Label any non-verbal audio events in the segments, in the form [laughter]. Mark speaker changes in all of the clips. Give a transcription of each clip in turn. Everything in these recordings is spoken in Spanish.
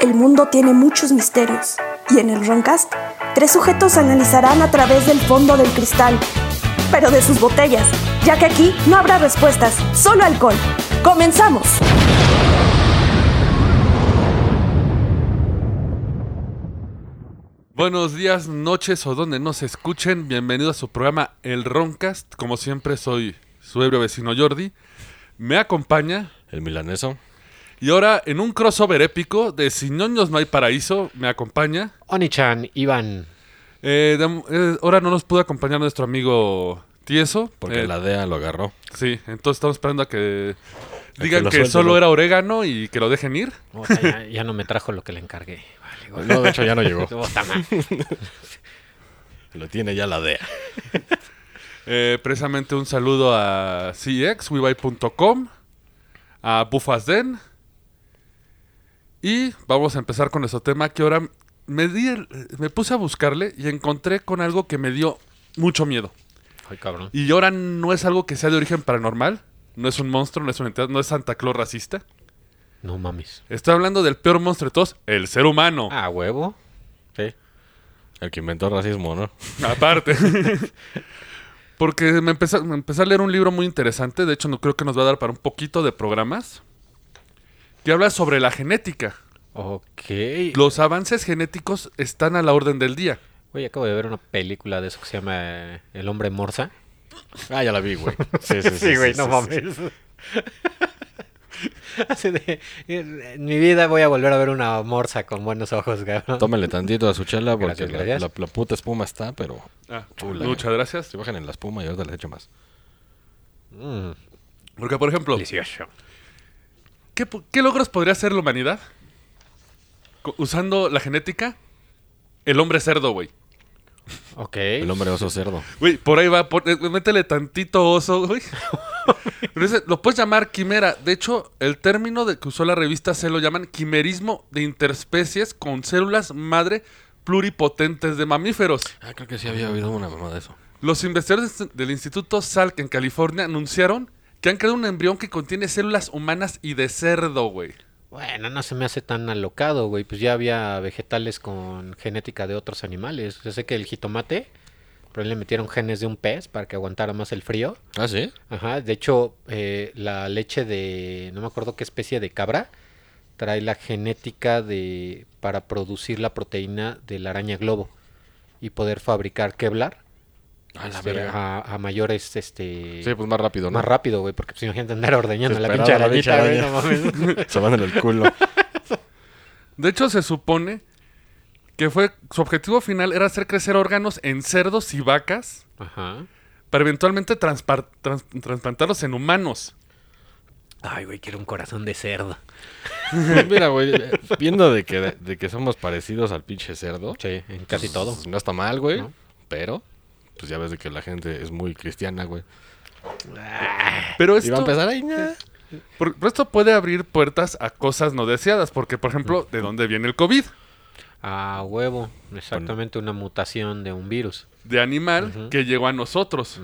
Speaker 1: El mundo tiene muchos misterios y en el Roncast, tres sujetos analizarán a través del fondo del cristal, pero de sus botellas, ya que aquí no habrá respuestas, solo alcohol. ¡Comenzamos!
Speaker 2: Buenos días, noches o donde nos escuchen. Bienvenido a su programa El Roncast. Como siempre, soy su ebrio vecino Jordi. Me acompaña
Speaker 3: El milaneso.
Speaker 2: y ahora en un crossover épico de Sin ñoños no hay paraíso, me acompaña.
Speaker 4: Onichan, Iván.
Speaker 2: Eh, de- eh, ahora no nos pudo acompañar nuestro amigo Tieso.
Speaker 3: Porque
Speaker 2: eh,
Speaker 3: la DEA lo agarró.
Speaker 2: Sí, entonces estamos esperando a que digan
Speaker 3: lo
Speaker 2: que,
Speaker 3: suelten,
Speaker 2: solo
Speaker 3: ¿no?
Speaker 2: era orégano y que lo dejen ir.
Speaker 4: O sea, ya, ya no me trajo lo que le encargué. Vale, güey.
Speaker 3: No, de hecho ya no llegó.
Speaker 4: [laughs] Puta madre.
Speaker 3: [laughs] Lo tiene ya la DEA.
Speaker 2: Eh, precisamente un saludo a CX, WeBuy.com, a Bufas Den. Y vamos a empezar con nuestro tema que ahora me, di el- me puse a buscarle y encontré con algo que me dio mucho miedo.
Speaker 4: Ay, cabrón.
Speaker 2: Y ahora no es algo que sea de origen paranormal, no es un monstruo, no es una entidad, no es Santa Claus racista.
Speaker 4: No mames.
Speaker 2: Estoy hablando del peor monstruo de todos, el ser humano.
Speaker 4: Ah, huevo.
Speaker 3: Sí. El que inventó el racismo, ¿no?
Speaker 2: Aparte. [laughs] Porque me empecé, me empecé a leer un libro muy interesante, de hecho no creo que nos va a dar para un poquito de programas, que habla sobre la genética.
Speaker 4: Ok.
Speaker 2: Los avances genéticos están a la orden del día.
Speaker 4: Güey, acabo de ver una película de eso que se llama eh, El hombre morsa.
Speaker 3: Ah, ya la vi, güey. [laughs] Sí,
Speaker 4: [laughs]
Speaker 3: sí, sí. sí, sí, sí.
Speaker 4: Así de, eh, en mi vida voy a volver a ver una morsa con buenos ojos, cabrón.
Speaker 3: Tómale tantito a su chela porque
Speaker 4: Gracias,
Speaker 3: la,
Speaker 4: gracias.
Speaker 3: la- la puta espuma está, pero
Speaker 2: Ah,
Speaker 3: Chula.
Speaker 2: Muchas gracias.
Speaker 3: se bajan en la espuma y ahorita les echo más.
Speaker 4: Mm,
Speaker 2: Porque, por ejemplo,
Speaker 4: delicioso.
Speaker 2: ¿qué, po- qué logros podría hacer la humanidad Co- usando la genética? El hombre cerdo, güey.
Speaker 4: Ok.
Speaker 3: El hombre oso cerdo.
Speaker 2: Güey, por ahí va, por- eh, métele tantito oso, güey. Pero ese lo puedes llamar quimera. De hecho, el término de que usó la revista se lo llaman quimerismo de interespecies con células madre pluripotentes de mamíferos.
Speaker 3: Ah, creo que sí había habido una mamá de eso.
Speaker 2: Los investigadores del Instituto Salk en California anunciaron que han creado un embrión que contiene células humanas y de cerdo, güey.
Speaker 4: Bueno, no se me hace tan alocado, güey. Pues ya había vegetales con genética de otros animales. Yo sé que el jitomate, por ahí le metieron genes de un pez para que aguantara más el frío.
Speaker 3: Ah, sí.
Speaker 4: Ajá, de hecho, eh, la leche de, no me acuerdo qué especie de cabra, trae la genética de, para producir la proteína de la araña globo y poder fabricar Kevlar
Speaker 3: Ah, la
Speaker 4: este,
Speaker 3: verga.
Speaker 4: a, a mayores, este,
Speaker 3: Sí, pues más rápido, ¿no?
Speaker 4: más rápido, güey, porque si no, gente andar ordeñando a la pinche
Speaker 3: Desesperada la pinche
Speaker 4: arañita, güey, no
Speaker 3: araña.
Speaker 4: mames.
Speaker 3: [laughs] Se van en el culo.
Speaker 2: De hecho, se supone que fue su objetivo final era hacer crecer órganos en cerdos y vacas
Speaker 4: Ajá.
Speaker 2: para eventualmente transpar- trans- trasplantarlos en humanos.
Speaker 4: Ay, güey, quiero un corazón de cerdo.
Speaker 3: Pues mira, güey, eh, viendo de que, de que somos parecidos al pinche cerdo.
Speaker 4: Sí, en casi
Speaker 3: pues,
Speaker 4: todo.
Speaker 3: No está mal, güey.
Speaker 4: No.
Speaker 3: Pero, pues ya ves de que la gente es muy cristiana, güey.
Speaker 2: Pero
Speaker 3: Y va a
Speaker 2: esto,
Speaker 3: empezar ahí, ña.
Speaker 2: por- pero esto puede abrir puertas a cosas no deseadas, porque por ejemplo, ¿de dónde viene el COVID?
Speaker 4: A huevo, exactamente una mutación de un virus.
Speaker 2: De animal que llegó a nosotros.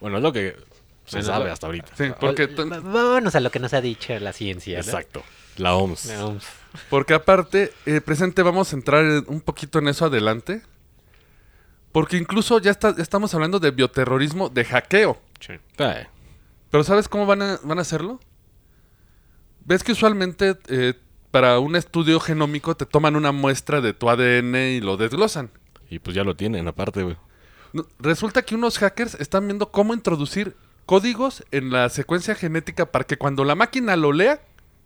Speaker 3: Bueno, es lo que se
Speaker 4: Bueno,
Speaker 3: sabe
Speaker 4: lo-
Speaker 3: hasta ahorita.
Speaker 2: Sí, porque, t-
Speaker 4: Vámonos a lo que nos ha dicho la ciencia. ¿no? um,
Speaker 3: Exacto. La OMS.
Speaker 4: No,
Speaker 2: porque aparte, eh, presente vamos a entrar en- un poquito en eso adelante. Porque incluso ya, está- ya estamos hablando de bioterrorismo, de hackeo.
Speaker 3: Eh,
Speaker 2: Pero ¿sabes cómo van a, van a hacerlo? ¿Ves que usualmente eh, para un estudio genómico te toman una muestra de tu ADN y lo desglosan?
Speaker 3: y pues ya lo tienen, aparte, güey.
Speaker 2: No, Resulta que unos hackers están viendo cómo introducir códigos en la secuencia genética para que cuando la máquina lo lea,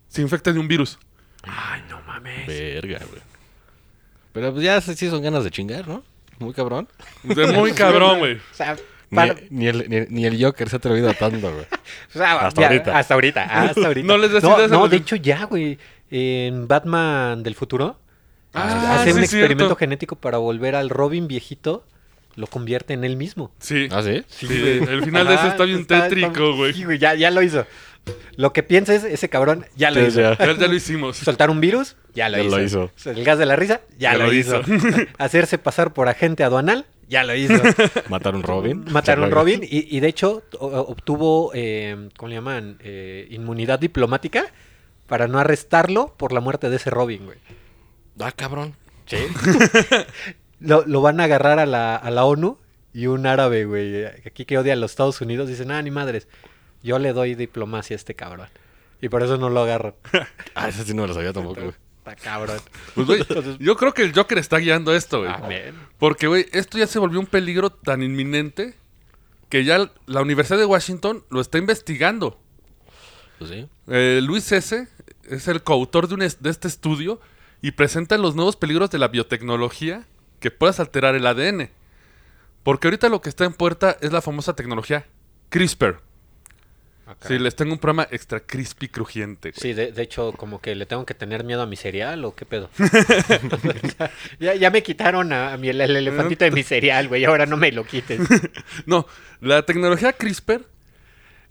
Speaker 2: se infecte de un virus.
Speaker 4: Ay, no mames.
Speaker 3: Verga, güey. Pero pues ya sí sí son ganas de chingar, ¿no? Muy cabrón.
Speaker 2: De
Speaker 4: [laughs]
Speaker 2: muy cabrón, güey.
Speaker 4: O sea,
Speaker 3: Ni,
Speaker 4: para-
Speaker 3: ni el, ni, ni el Joker se ha atrevido a tanto, [laughs] güey.
Speaker 4: o sea,
Speaker 3: hasta
Speaker 4: ya,
Speaker 3: ahorita.
Speaker 2: [laughs]
Speaker 4: Hasta ahorita. hasta ahorita.
Speaker 2: No les decidas
Speaker 4: No,
Speaker 2: a
Speaker 4: no,
Speaker 2: los-
Speaker 4: de hecho ya, güey. En Batman del futuro
Speaker 2: Ah, sí,
Speaker 4: hace un
Speaker 2: es
Speaker 4: experimento
Speaker 2: cierto.
Speaker 4: genético para volver al Robin viejito, lo convierte en él mismo.
Speaker 2: Sí.
Speaker 3: ¿Ah, sí?
Speaker 2: Sí, el final de ese
Speaker 4: Ajá,
Speaker 2: está bien tétrico, güey.
Speaker 4: sí, Ya, ya lo hizo. Lo que pienses, ese cabrón ya lo
Speaker 3: Sí,
Speaker 4: hizo.
Speaker 3: ya.
Speaker 2: Ya, ya lo hicimos.
Speaker 4: Soltar un virus, ya lo
Speaker 3: Ya
Speaker 4: hizo.
Speaker 3: lo hizo.
Speaker 4: [laughs] El gas de la risa, ya, lo, hizo. Hacerse pasar por agente aduanal, ya
Speaker 2: [laughs]
Speaker 4: lo hizo.
Speaker 3: [laughs] Mataron Robin.
Speaker 4: Mataron
Speaker 3: Charla-
Speaker 4: Robin y, y de hecho o- obtuvo, eh, ¿cómo le llaman? Eh, inmunidad diplomática para no arrestarlo por la muerte de ese Robin, güey.
Speaker 5: Ah, cabrón.
Speaker 4: [laughs] Lo, lo van a agarrar a la, a la ONU y un árabe, güey, aquí que odia a los Estados Unidos, dice, ah, ni madres, yo le doy diplomacia a este cabrón. Y por eso no
Speaker 3: [laughs]
Speaker 4: lo agarro.
Speaker 3: Ah, ese sí no me lo sabía tampoco, güey.
Speaker 4: Está cabrón.
Speaker 2: Pues, güey, yo creo que el Joker está guiando esto, güey.
Speaker 4: Amén.
Speaker 2: Porque, güey, esto ya se volvió un peligro tan inminente que ya la Universidad de Washington lo está investigando.
Speaker 5: Pues sí.
Speaker 2: Eh, Luis S. es el coautor de, un es- de este estudio y presenta los nuevos peligros de la biotecnología que puedas alterar el ADN. Porque ahorita lo que está en puerta es la famosa tecnología CRISPR. Sí, les tengo un programa extra crispy crujiente. güey.
Speaker 4: Sí, de, de hecho, como que le tengo que tener miedo a mi cereal o qué pedo.
Speaker 3: [laughs]
Speaker 4: ya, ya me quitaron a, a mi, el, el elefantito de mi cereal, güey. Ahora no me
Speaker 3: [laughs]
Speaker 4: lo quites.
Speaker 2: No, la tecnología CRISPR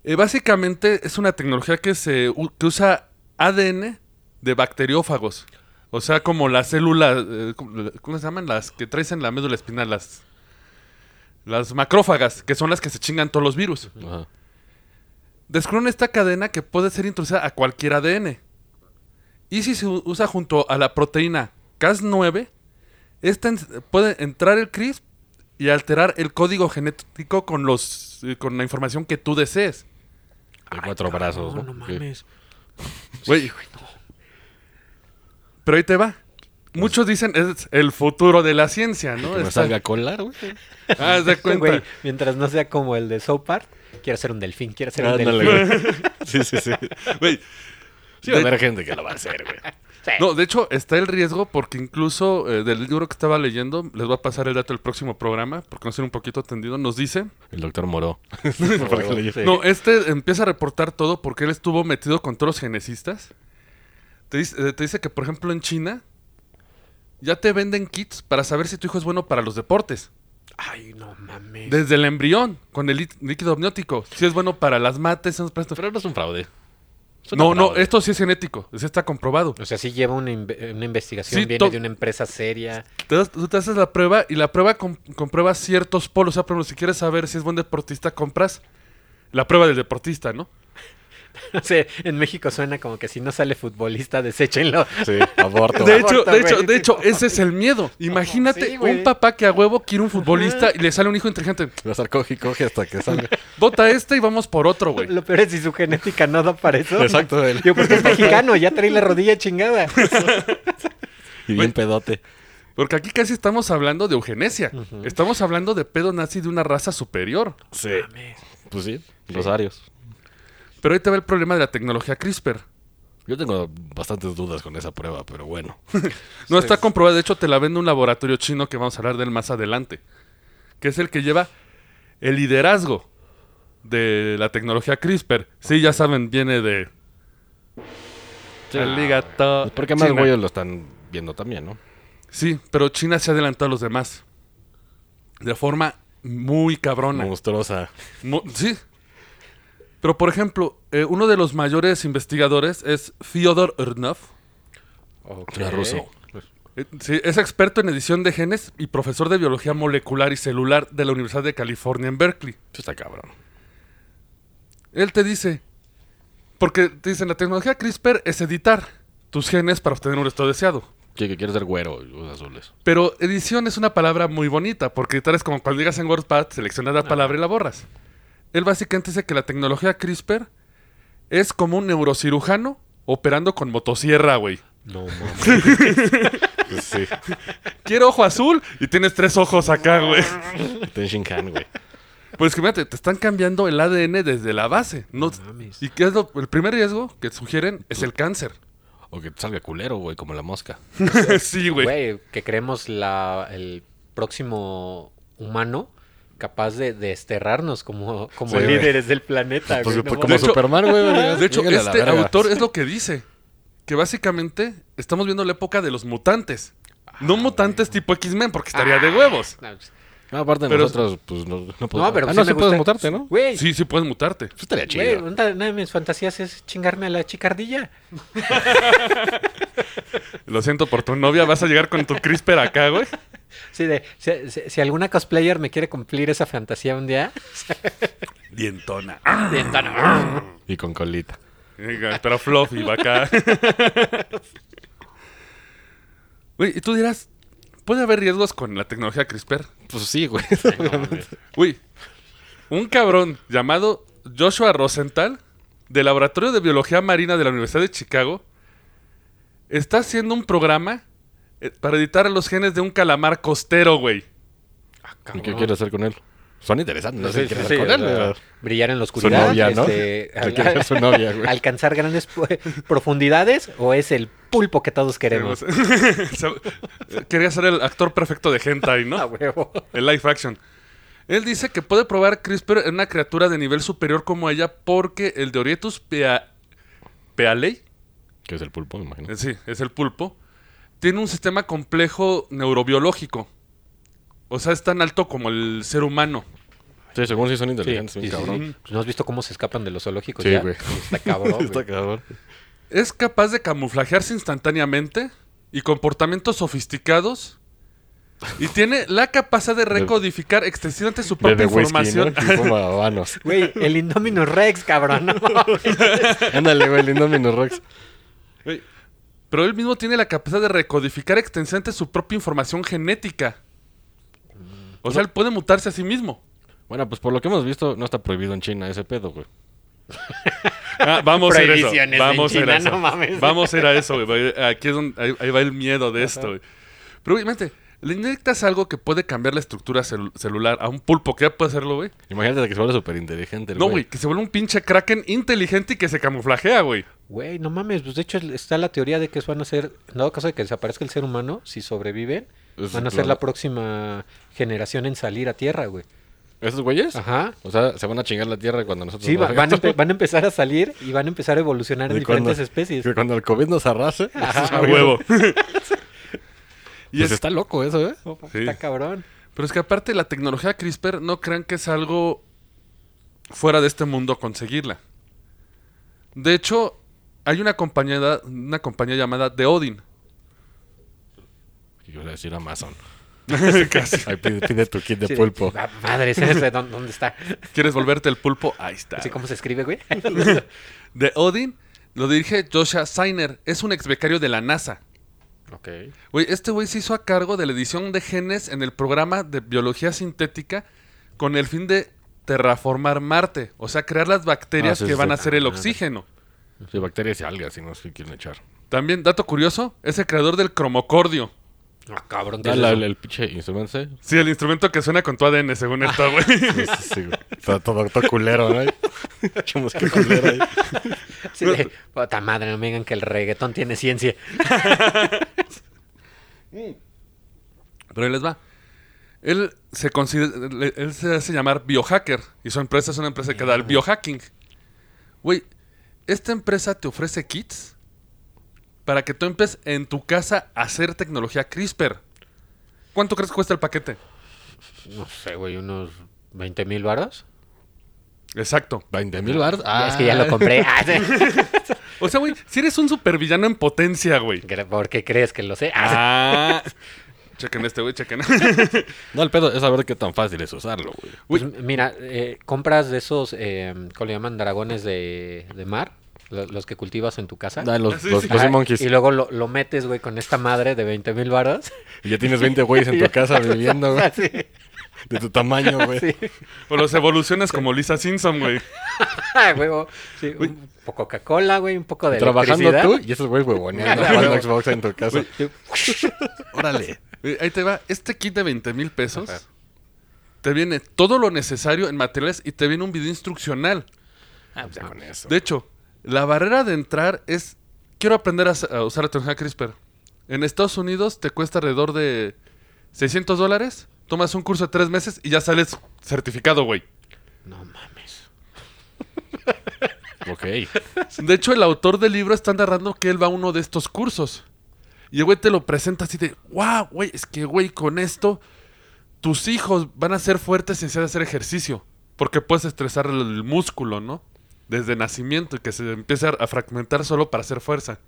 Speaker 2: eh, básicamente es una tecnología que, se, u- que usa ADN de bacteriófagos. O sea, como las células, eh, ¿cómo cómo se llaman? Las que traes en la médula espinal, las, las macrófagas, que son las que se chingan todos los virus.
Speaker 3: Ajá.
Speaker 2: Descubren esta cadena que puede ser introducida a cualquier ADN. Y si se u- usa junto a la proteína Cas9, esta en- puede entrar el CRISP y alterar el código genético con, los, eh, con la información que tú desees.
Speaker 3: De cuatro brazos,
Speaker 4: Oh,
Speaker 3: ¿no? Sí.
Speaker 2: Güey. Pero ahí te va. Muchos dicen es el futuro de la ciencia, ¿no?
Speaker 3: Pues Que me
Speaker 2: Está-
Speaker 3: salga a colar, güey.
Speaker 2: Ah, [laughs]
Speaker 3: [laughs]
Speaker 2: haz de
Speaker 4: Este
Speaker 2: cuenta.
Speaker 4: güey, mientras no sea como el de South Park, quiero ser un delfín, quiero ser un
Speaker 3: Ándale,
Speaker 4: delfín.
Speaker 3: güey. Sí, sí, sí.
Speaker 2: Güey,
Speaker 3: Sí, va a
Speaker 2: De-
Speaker 3: haber gente que lo va a hacer, güey.
Speaker 4: Sí.
Speaker 2: No, de hecho, está el riesgo porque incluso eh, del libro que estaba leyendo, les voy a pasar el dato del próximo programa, porque no ser un poquito atendido, nos dice.
Speaker 3: El doctor [laughs] Moró.
Speaker 4: Por ejemplo, yo-
Speaker 2: No, este empieza a reportar todo porque él estuvo metido con todos los genecistas. Te dice, eh, te dice que, por ejemplo, en China ya te venden kits para saber si tu hijo es bueno para los deportes.
Speaker 4: Ay, no mames.
Speaker 2: Desde el embrión, con el lí- líquido amniótico. Si es bueno para las mates, es para esto.
Speaker 3: Pero no es un fraude. Es una
Speaker 2: No, no,
Speaker 3: fraude.
Speaker 2: esto sí es genético. Sí está comprobado.
Speaker 4: O sea, sí lleva una, inve- una investigación,
Speaker 2: Sí,
Speaker 4: viene
Speaker 2: to-
Speaker 4: de una empresa seria. [laughs]
Speaker 2: Te das- tú te haces la prueba y la prueba com- comprueba ciertos polos. O sea, por ejemplo, si quieres saber si es buen deportista, compras la prueba del deportista, ¿no?
Speaker 4: O sea, en México suena como que si no sale futbolista, deséchenlo. [laughs]
Speaker 3: Sí, [laughs] aborto.
Speaker 2: De hecho,
Speaker 4: Aborta,
Speaker 2: de hecho,
Speaker 4: güey.
Speaker 2: de hecho, ese es el miedo.
Speaker 4: Sí,
Speaker 2: Imagínate
Speaker 4: güey.
Speaker 2: un papá que a huevo quiere un futbolista y le sale un hijo inteligente.
Speaker 3: Va a estar coge y coge hasta que salga.
Speaker 2: Vota este y vamos por otro, güey.
Speaker 4: Lo peor es si su genética no da para eso.
Speaker 3: Exacto, él.
Speaker 4: Yo,
Speaker 3: [laughs]
Speaker 4: porque es mexicano, ya trae la rodilla chingada.
Speaker 3: Y bien pedote.
Speaker 2: Porque aquí casi estamos hablando de eugenesia. Estamos hablando de pedo nazi de una raza superior.
Speaker 3: Sí. Pues sí, Rosarios.
Speaker 2: Pero ahí te va el problema de la tecnología CRISPR.
Speaker 3: Yo tengo bastantes dudas con esa prueba, pero [laughs] bueno.
Speaker 2: No está comprobada, de hecho te la vende un laboratorio chino que vamos a hablar de él más adelante, que es el que lleva el liderazgo de la tecnología CRISPR. Sí, ya saben, viene de... Aligato-
Speaker 3: Porque Pues, más
Speaker 2: China.
Speaker 3: güeyes lo están viendo también, ¿no?
Speaker 2: Sí, pero China se ha adelantado a los demás. De forma muy cabrona.
Speaker 3: Monstruosa.
Speaker 2: Mo- sí. Pero, por ejemplo, eh, uno de los mayores investigadores es Fyodor Urnov.
Speaker 3: Era ruso. Pues,
Speaker 2: Eh, Sí, es experto en edición de genes y profesor de biología molecular y celular de la Universidad de California en Berkeley.
Speaker 3: Eso pues está cabrón.
Speaker 2: Él te dice, porque te dicen, la tecnología CRISPR es editar tus genes para obtener un resultado deseado.
Speaker 3: Sí, que quiero ser güero y ojos azules.
Speaker 2: Pero edición es una palabra muy bonita, porque editar es como cuando digas en WordPad, seleccionas la palabra y la borras. Él básicamente dice que la tecnología CRISPR es como un neurocirujano operando con motosierra, güey.
Speaker 4: No mames.
Speaker 3: Pues sí.
Speaker 2: Quiero ojo azul y tienes tres ojos acá, güey.
Speaker 3: [laughs] Ten Shinhan, güey.
Speaker 2: Pues que fíjate, te están cambiando el ADN desde la base. No,
Speaker 4: mames.
Speaker 2: y que es lo- el primer riesgo que sugieren es el cáncer.
Speaker 3: O que te salga culero, güey, como la mosca.
Speaker 2: sí, güey.
Speaker 4: Güey, que creemos la, el próximo humano capaz de desterrarnos como, como
Speaker 3: Sí, güey.
Speaker 4: líderes del planeta.
Speaker 3: Pues,
Speaker 4: güey,
Speaker 3: pues,
Speaker 4: no
Speaker 3: como
Speaker 2: De hecho-
Speaker 3: Superman, [laughs] güey.
Speaker 2: De hecho,
Speaker 3: Llegale a la
Speaker 2: este
Speaker 3: verga.
Speaker 2: autor es lo que dice. Que básicamente estamos viendo la época de los mutantes.
Speaker 3: Ah,
Speaker 2: no mutantes tipo X-Men, porque estaría de huevos.
Speaker 4: mames.
Speaker 3: No, aparte
Speaker 2: Pero-
Speaker 3: nosotros, pues no, no podemos.
Speaker 4: No, pero
Speaker 3: ah,
Speaker 4: sí
Speaker 3: no,
Speaker 4: me
Speaker 3: sí puedes
Speaker 4: gusta- Pues
Speaker 3: mutarte, ¿no?
Speaker 4: Güey,
Speaker 2: Sí, sí puedes mutarte.
Speaker 3: Eso estaría
Speaker 4: güey,
Speaker 3: chido.
Speaker 4: una una de mis fantasías es chingarme a la chicardilla.
Speaker 2: Lo siento por tu novia, vas a llegar con tu CRISPR acá, güey.
Speaker 4: Sí, de, si, si- si alguna cosplayer me quiere cumplir esa fantasía un día,
Speaker 2: Dientona.
Speaker 5: Y con colita.
Speaker 2: Venga, Pero fluffy, va acá. [laughs] Güey, y tú dirás, ¿puede haber riesgos con la tecnología CRISPR?
Speaker 6: Pues sí, güey.
Speaker 5: [laughs]
Speaker 2: Güey, un cabrón llamado Joshua Rosenthal, del Laboratorio de Biología Marina de la Universidad de Chicago, está haciendo un programa eh, para editar los genes de un calamar costero, güey.
Speaker 5: ¿Y qué quiere hacer con él? Son interesantes. No sé qué hacer con
Speaker 4: o
Speaker 5: él.
Speaker 4: sea,
Speaker 5: pero-
Speaker 4: brillar en la oscuridad,
Speaker 5: novia, ¿no?
Speaker 4: este,
Speaker 5: Te quiere hacer su novia, güey.
Speaker 4: alcanzar grandes pu- profundidades o es el pulpo que todos
Speaker 2: [laughs]
Speaker 4: queremos.
Speaker 2: Se- Quería ser el actor perfecto de Hentai,
Speaker 4: A
Speaker 2: ¿no?
Speaker 4: huevo.
Speaker 2: El live action. Él dice que puede probar CRISPR en una criatura de nivel superior como ella porque el de Orietus pea... pealei
Speaker 5: Que es el pulpo, me imagino.
Speaker 2: Eh, Sí, es el pulpo. Tiene un sistema complejo neurobiológico. O sea, es tan alto como el ser humano.
Speaker 5: Sí, según sí son
Speaker 4: Sí,
Speaker 5: inteligentes,
Speaker 4: sí,
Speaker 5: un
Speaker 4: sí,
Speaker 5: cabrón.
Speaker 4: sí. Pues, ¿No has visto cómo se escapan de los zoológicos?
Speaker 5: Sí,
Speaker 4: ya?
Speaker 5: güey.
Speaker 4: Está cabrón.
Speaker 5: [laughs]
Speaker 4: güey.
Speaker 5: Está cabrón.
Speaker 2: Es capaz de camuflajearse instantáneamente y comportamientos sofisticados. Y tiene la capacidad de recodificar extensivamente su propia
Speaker 5: Bebe whisky, ¿no?
Speaker 2: información.
Speaker 5: Y
Speaker 4: [laughs]
Speaker 5: fuma habanos.
Speaker 4: Güey, el Indominus Rex, cabrón.
Speaker 5: [laughs]
Speaker 4: no mames.
Speaker 5: Ándale, güey, lindo Minorex.
Speaker 2: Pero él mismo tiene la capacidad de recodificar extensivamente su propia información genética. O sea, él puede mutarse a sí mismo.
Speaker 5: Bueno, pues por lo que hemos visto, no está prohibido en China ese pedo, güey.
Speaker 2: Ah, vamos a ir a eso.
Speaker 4: Prohibiciones en
Speaker 2: Vamos a ir
Speaker 4: China,
Speaker 2: a eso.
Speaker 4: no mames.
Speaker 2: Vamos a ir a eso, güey. Aquí es donde ahí, ahí va el miedo de esto, güey. Pero obviamente, le inyectas algo que puede cambiar la estructura celu- celular a un pulpo, que ya puede hacerlo, güey.
Speaker 5: Imagínate que se vuelve súper inteligente.
Speaker 2: No, güey, que se vuelve un pinche kraken inteligente y que se camuflajea, güey.
Speaker 4: Güey, no mames. Pues de hecho está la teoría de que van a ser, en dado caso de que desaparezca el ser humano, si sobreviven,
Speaker 5: Es
Speaker 4: van a ser
Speaker 5: claro.
Speaker 4: la próxima generación en salir a tierra, güey.
Speaker 5: ¿Esos güeyes?
Speaker 4: Ajá.
Speaker 5: O sea, se van a chingar la tierra cuando nosotros.
Speaker 4: Sí,
Speaker 5: nos
Speaker 4: va- van, a,
Speaker 5: hagamos.
Speaker 4: empe- van a empezar a salir y van a empezar a evolucionar en
Speaker 5: De cuando-
Speaker 4: diferentes especies.
Speaker 5: Que cuando el COVID nos arrase.
Speaker 2: A huevo. y
Speaker 5: Pues
Speaker 2: es-
Speaker 5: está loco eso, ¿eh?
Speaker 4: No,
Speaker 2: Sí.
Speaker 4: Está cabrón.
Speaker 2: Pero es que aparte la tecnología CRISPR no crean que es algo fuera de este mundo conseguirla. De hecho, hay una compañía, una compañía llamada The Odin.
Speaker 5: Y yo le decir Amazon.
Speaker 2: Casi.
Speaker 5: Ahí pide, pide tu kit
Speaker 4: Sí,
Speaker 5: de
Speaker 4: de-
Speaker 5: pulpo.
Speaker 4: Ah, Madre, ¿sabes de dónde, dónde está?
Speaker 2: ¿Quieres volverte el pulpo? Ahí está.
Speaker 4: Así como se escribe,
Speaker 5: [laughs]
Speaker 4: güey.
Speaker 2: De Odin lo dirige Joshua Sainer. Es un ex becario de la NASA.
Speaker 5: Ok.
Speaker 2: Güey, este güey se hizo a cargo de la edición de genes en el programa de biología sintética con el fin de terraformar Marte. O sea, crear las bacterias
Speaker 5: Ah, sí,
Speaker 2: que
Speaker 5: sí,
Speaker 2: van
Speaker 5: sí.
Speaker 2: a ser el
Speaker 5: Ah, ok.
Speaker 2: oxígeno.
Speaker 5: Sí, bacterias y algas, si no sé qué quieren echar.
Speaker 2: También, dato curioso, es el creador del cromocordio.
Speaker 4: Ah, cabrón. ¿qué
Speaker 5: Ah,
Speaker 4: es
Speaker 5: la-
Speaker 4: eso?
Speaker 5: el, el pinche instrumento, ¿sí?
Speaker 2: Sí, el instrumento que suena con tu ADN, según esto, güey.
Speaker 5: Sí, sí, sí, güey. Todo, todo, todo culero, ¿no? Pinche mosca culera ahí.
Speaker 4: Sí, de, puta madre, no me digan que el reggaetón tiene ciencia.
Speaker 2: [laughs] Pero ahí les va. Él se, consider- le- él se hace llamar biohacker y su empresa es una empresa que da el biohacking. Güey, esta empresa te ofrece kits para que tú empieces en tu casa a hacer tecnología CRISPR. ¿Cuánto crees que cuesta el paquete?
Speaker 4: No sé, güey, unos 20 mil varos.
Speaker 2: Exacto.
Speaker 5: 20 mil bars. Ah,
Speaker 4: Es que ya
Speaker 5: [laughs]
Speaker 4: lo compré. [laughs] Ah, sí.
Speaker 2: O sea, güey, si eres un supervillano en potencia, güey.
Speaker 4: Cre- ¿Por qué crees que lo sé? Ah,
Speaker 2: Ah. [laughs] Chequen este, güey, chequen. [laughs]
Speaker 5: No, el pedo es saber qué tan fácil es usarlo, güey.
Speaker 4: pues, mira, eh, compras de esos, eh, ¿cómo le llaman? Dragones de, de mar, lo- los que cultivas en tu casa.
Speaker 5: Da, los,
Speaker 2: Sí,
Speaker 5: los,
Speaker 2: sí.
Speaker 5: los
Speaker 4: Ajá,
Speaker 5: monkeys.
Speaker 4: Ah, Y luego lo, lo metes, güey, con esta madre de 20 mil varos.
Speaker 5: Y ya tienes 20 güeyes en tu casa viviendo, güey.
Speaker 4: [laughs] Así,
Speaker 5: De tu tamaño, güey.
Speaker 4: Ah, sí.
Speaker 2: O los evolucionas como Lisa Simpson, güey.
Speaker 4: Ah, huevo. Sí, un poco Coca-Cola, güey, un poco de
Speaker 5: Trabajando
Speaker 4: electricidad.
Speaker 5: tú y esos güeyes
Speaker 4: [laughs]
Speaker 5: huevoneando jugando Xbox en tu casa.
Speaker 2: Órale. [laughs] Ahí te va. Este kit de 20 mil pesos. Te viene todo lo necesario en materiales y te viene un video instruccional.
Speaker 5: Ah, pues ya con eso.
Speaker 2: De hecho, la barrera de entrar es... Quiero aprender a, sa- a usar la tecnología CRISPR. En Estados Unidos te cuesta alrededor de 600 dólares. Tomas un curso de tres meses y ya sales certificado, güey.
Speaker 4: No mames. [laughs]
Speaker 5: Ok.
Speaker 2: De hecho, el autor del libro está narrando que él va a uno de estos cursos. Y el güey te lo presenta así de, wow, güey, es que, güey, con esto tus hijos van a ser fuertes sin necesidad de hacer ejercicio. Porque puedes estresar el, el músculo, ¿no? Desde nacimiento y que se empiece a, a fragmentar solo para hacer fuerza.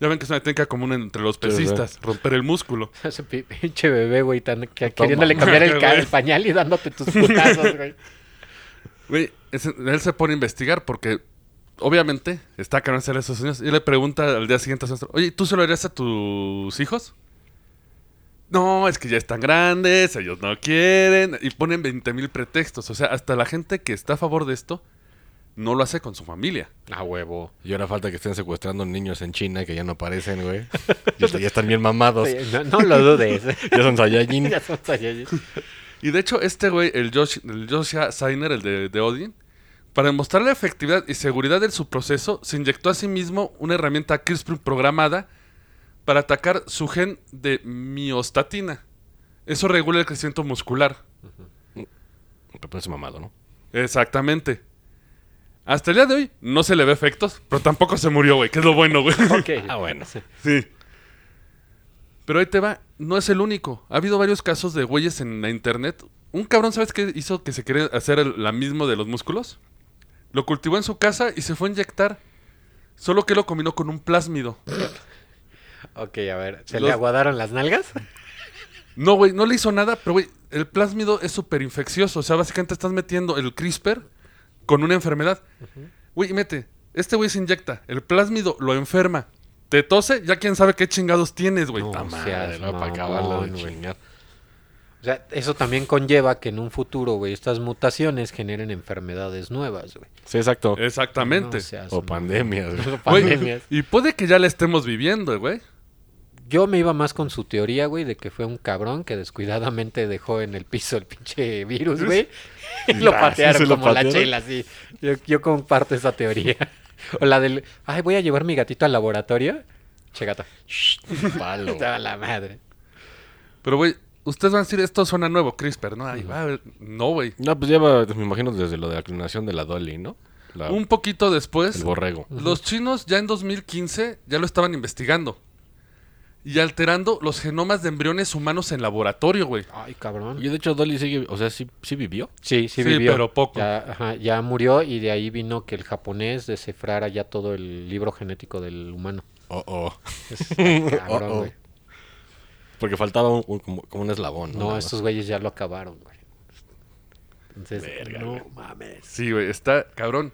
Speaker 2: Ya ven que es una técnica común entre los
Speaker 3: ¿verdad?
Speaker 2: pesistas, romper el músculo.
Speaker 4: Ese pi- pinche bebé, güey, tan, que-
Speaker 3: Toma.
Speaker 4: queriéndole cambiar el, ca-
Speaker 2: Güey.
Speaker 4: el pañal y dándote tus putazos, güey.
Speaker 2: Güey, ese- él se pone a investigar porque obviamente está que no hacer esos sueños. Y le pregunta al día siguiente a su maestro, oye, ¿tú se lo harías a tus hijos? No, es que ya están grandes, ellos no quieren. Y ponen 20 mil pretextos. O sea, hasta la gente que está a favor de esto no lo hace con su familia.
Speaker 4: A huevo.
Speaker 5: Y ahora falta que estén secuestrando niños en China que ya no aparecen, güey. Ya, ya están bien mamados.
Speaker 4: Sí, no, no lo dudes.
Speaker 5: [laughs] Ya son Saiyajin.
Speaker 4: [laughs] ya son Saiyajin.
Speaker 2: Y de hecho, este güey, el, Josh, el Joshua Sainer, el de, de Odin, para demostrar la efectividad y seguridad de su proceso, se inyectó a sí mismo una herramienta CRISPR programada para atacar su gen de miostatina. Eso regula el crecimiento muscular.
Speaker 5: Pero parece mamado, ¿no?
Speaker 2: Exactamente. Hasta el día de hoy no se le ve efectos, pero tampoco se murió, güey, que es lo bueno, güey.
Speaker 4: Ok.
Speaker 5: [laughs] Ah, bueno.
Speaker 2: Sí. Pero ahí te va, no es el único. Ha habido varios casos de güeyes en la internet. Un cabrón, ¿sabes qué hizo que se quería hacer el- la misma de los músculos? Lo cultivó en su casa y se fue a inyectar. Solo que lo combinó con un plásmido.
Speaker 4: Ok, a ver. ¿Se
Speaker 2: Los-
Speaker 4: le aguadaron las nalgas?
Speaker 2: No, güey, no le hizo nada, pero güey, el plásmido es súper infeccioso. O sea, básicamente estás metiendo el CRISPR con una enfermedad. Güey, mete, este güey se inyecta, el plásmido lo enferma, te tose, ya quién sabe qué chingados tienes, güey.
Speaker 4: No,
Speaker 2: Ta
Speaker 4: o
Speaker 2: madre.
Speaker 4: sea,
Speaker 5: Madre, no,
Speaker 4: mamón,
Speaker 5: para acabarla de
Speaker 4: güey.
Speaker 5: chingar.
Speaker 4: O sea, eso también conlleva que en un futuro, güey, estas mutaciones generen enfermedades nuevas, güey.
Speaker 5: Sí, exacto.
Speaker 2: Exactamente.
Speaker 4: No seas
Speaker 5: O
Speaker 4: mamón.
Speaker 5: pandemias, güey.
Speaker 2: Güey,
Speaker 4: pandemias.
Speaker 2: y puede que ya la estemos viviendo, güey.
Speaker 4: Yo me iba más con su teoría, güey, de que fue un cabrón que descuidadamente dejó en el piso el pinche virus, güey. [laughs] Y lo
Speaker 5: Ah, sí,
Speaker 4: patearon
Speaker 5: se lo
Speaker 4: como la
Speaker 5: patearon.
Speaker 4: chela, sí. Yo, yo comparto esa teoría. [laughs] O la del, ay, voy a llevar mi gatito al laboratorio. Che, gato. [laughs]
Speaker 5: Palo.
Speaker 4: Estaba la madre.
Speaker 2: Pero, güey, ustedes van a decir, esto suena nuevo, CRISPR, ¿no? Ay, va, no, güey.
Speaker 5: No, pues lleva, me imagino, desde lo de la clonación de la Dolly, ¿no? La-
Speaker 2: Un poquito
Speaker 5: Ah. el
Speaker 2: después,
Speaker 5: borrego.
Speaker 2: los chinos ya en 2015 ya lo estaban investigando. Y alterando los genomas de embriones humanos en laboratorio, güey.
Speaker 4: Ay, cabrón.
Speaker 5: Y de hecho, Dolly sigue, o sea, sí, sí vivió.
Speaker 4: Sí,
Speaker 2: Sí,
Speaker 4: sí, vivió.
Speaker 2: pero poco.
Speaker 4: Ya, ajá, ya murió y de ahí vino que el japonés descifrara ya todo el libro genético del
Speaker 5: [laughs]
Speaker 4: humano.
Speaker 5: Oh, oh.
Speaker 4: Cabrón,
Speaker 5: Oh, oh.
Speaker 4: güey.
Speaker 5: Porque faltaba un- un- como, como un eslabón.
Speaker 4: No,
Speaker 5: Nada
Speaker 4: estos güeyes ya lo acabaron, güey. Entonces, no mames. [laughs]
Speaker 2: Sí, güey, está cabrón.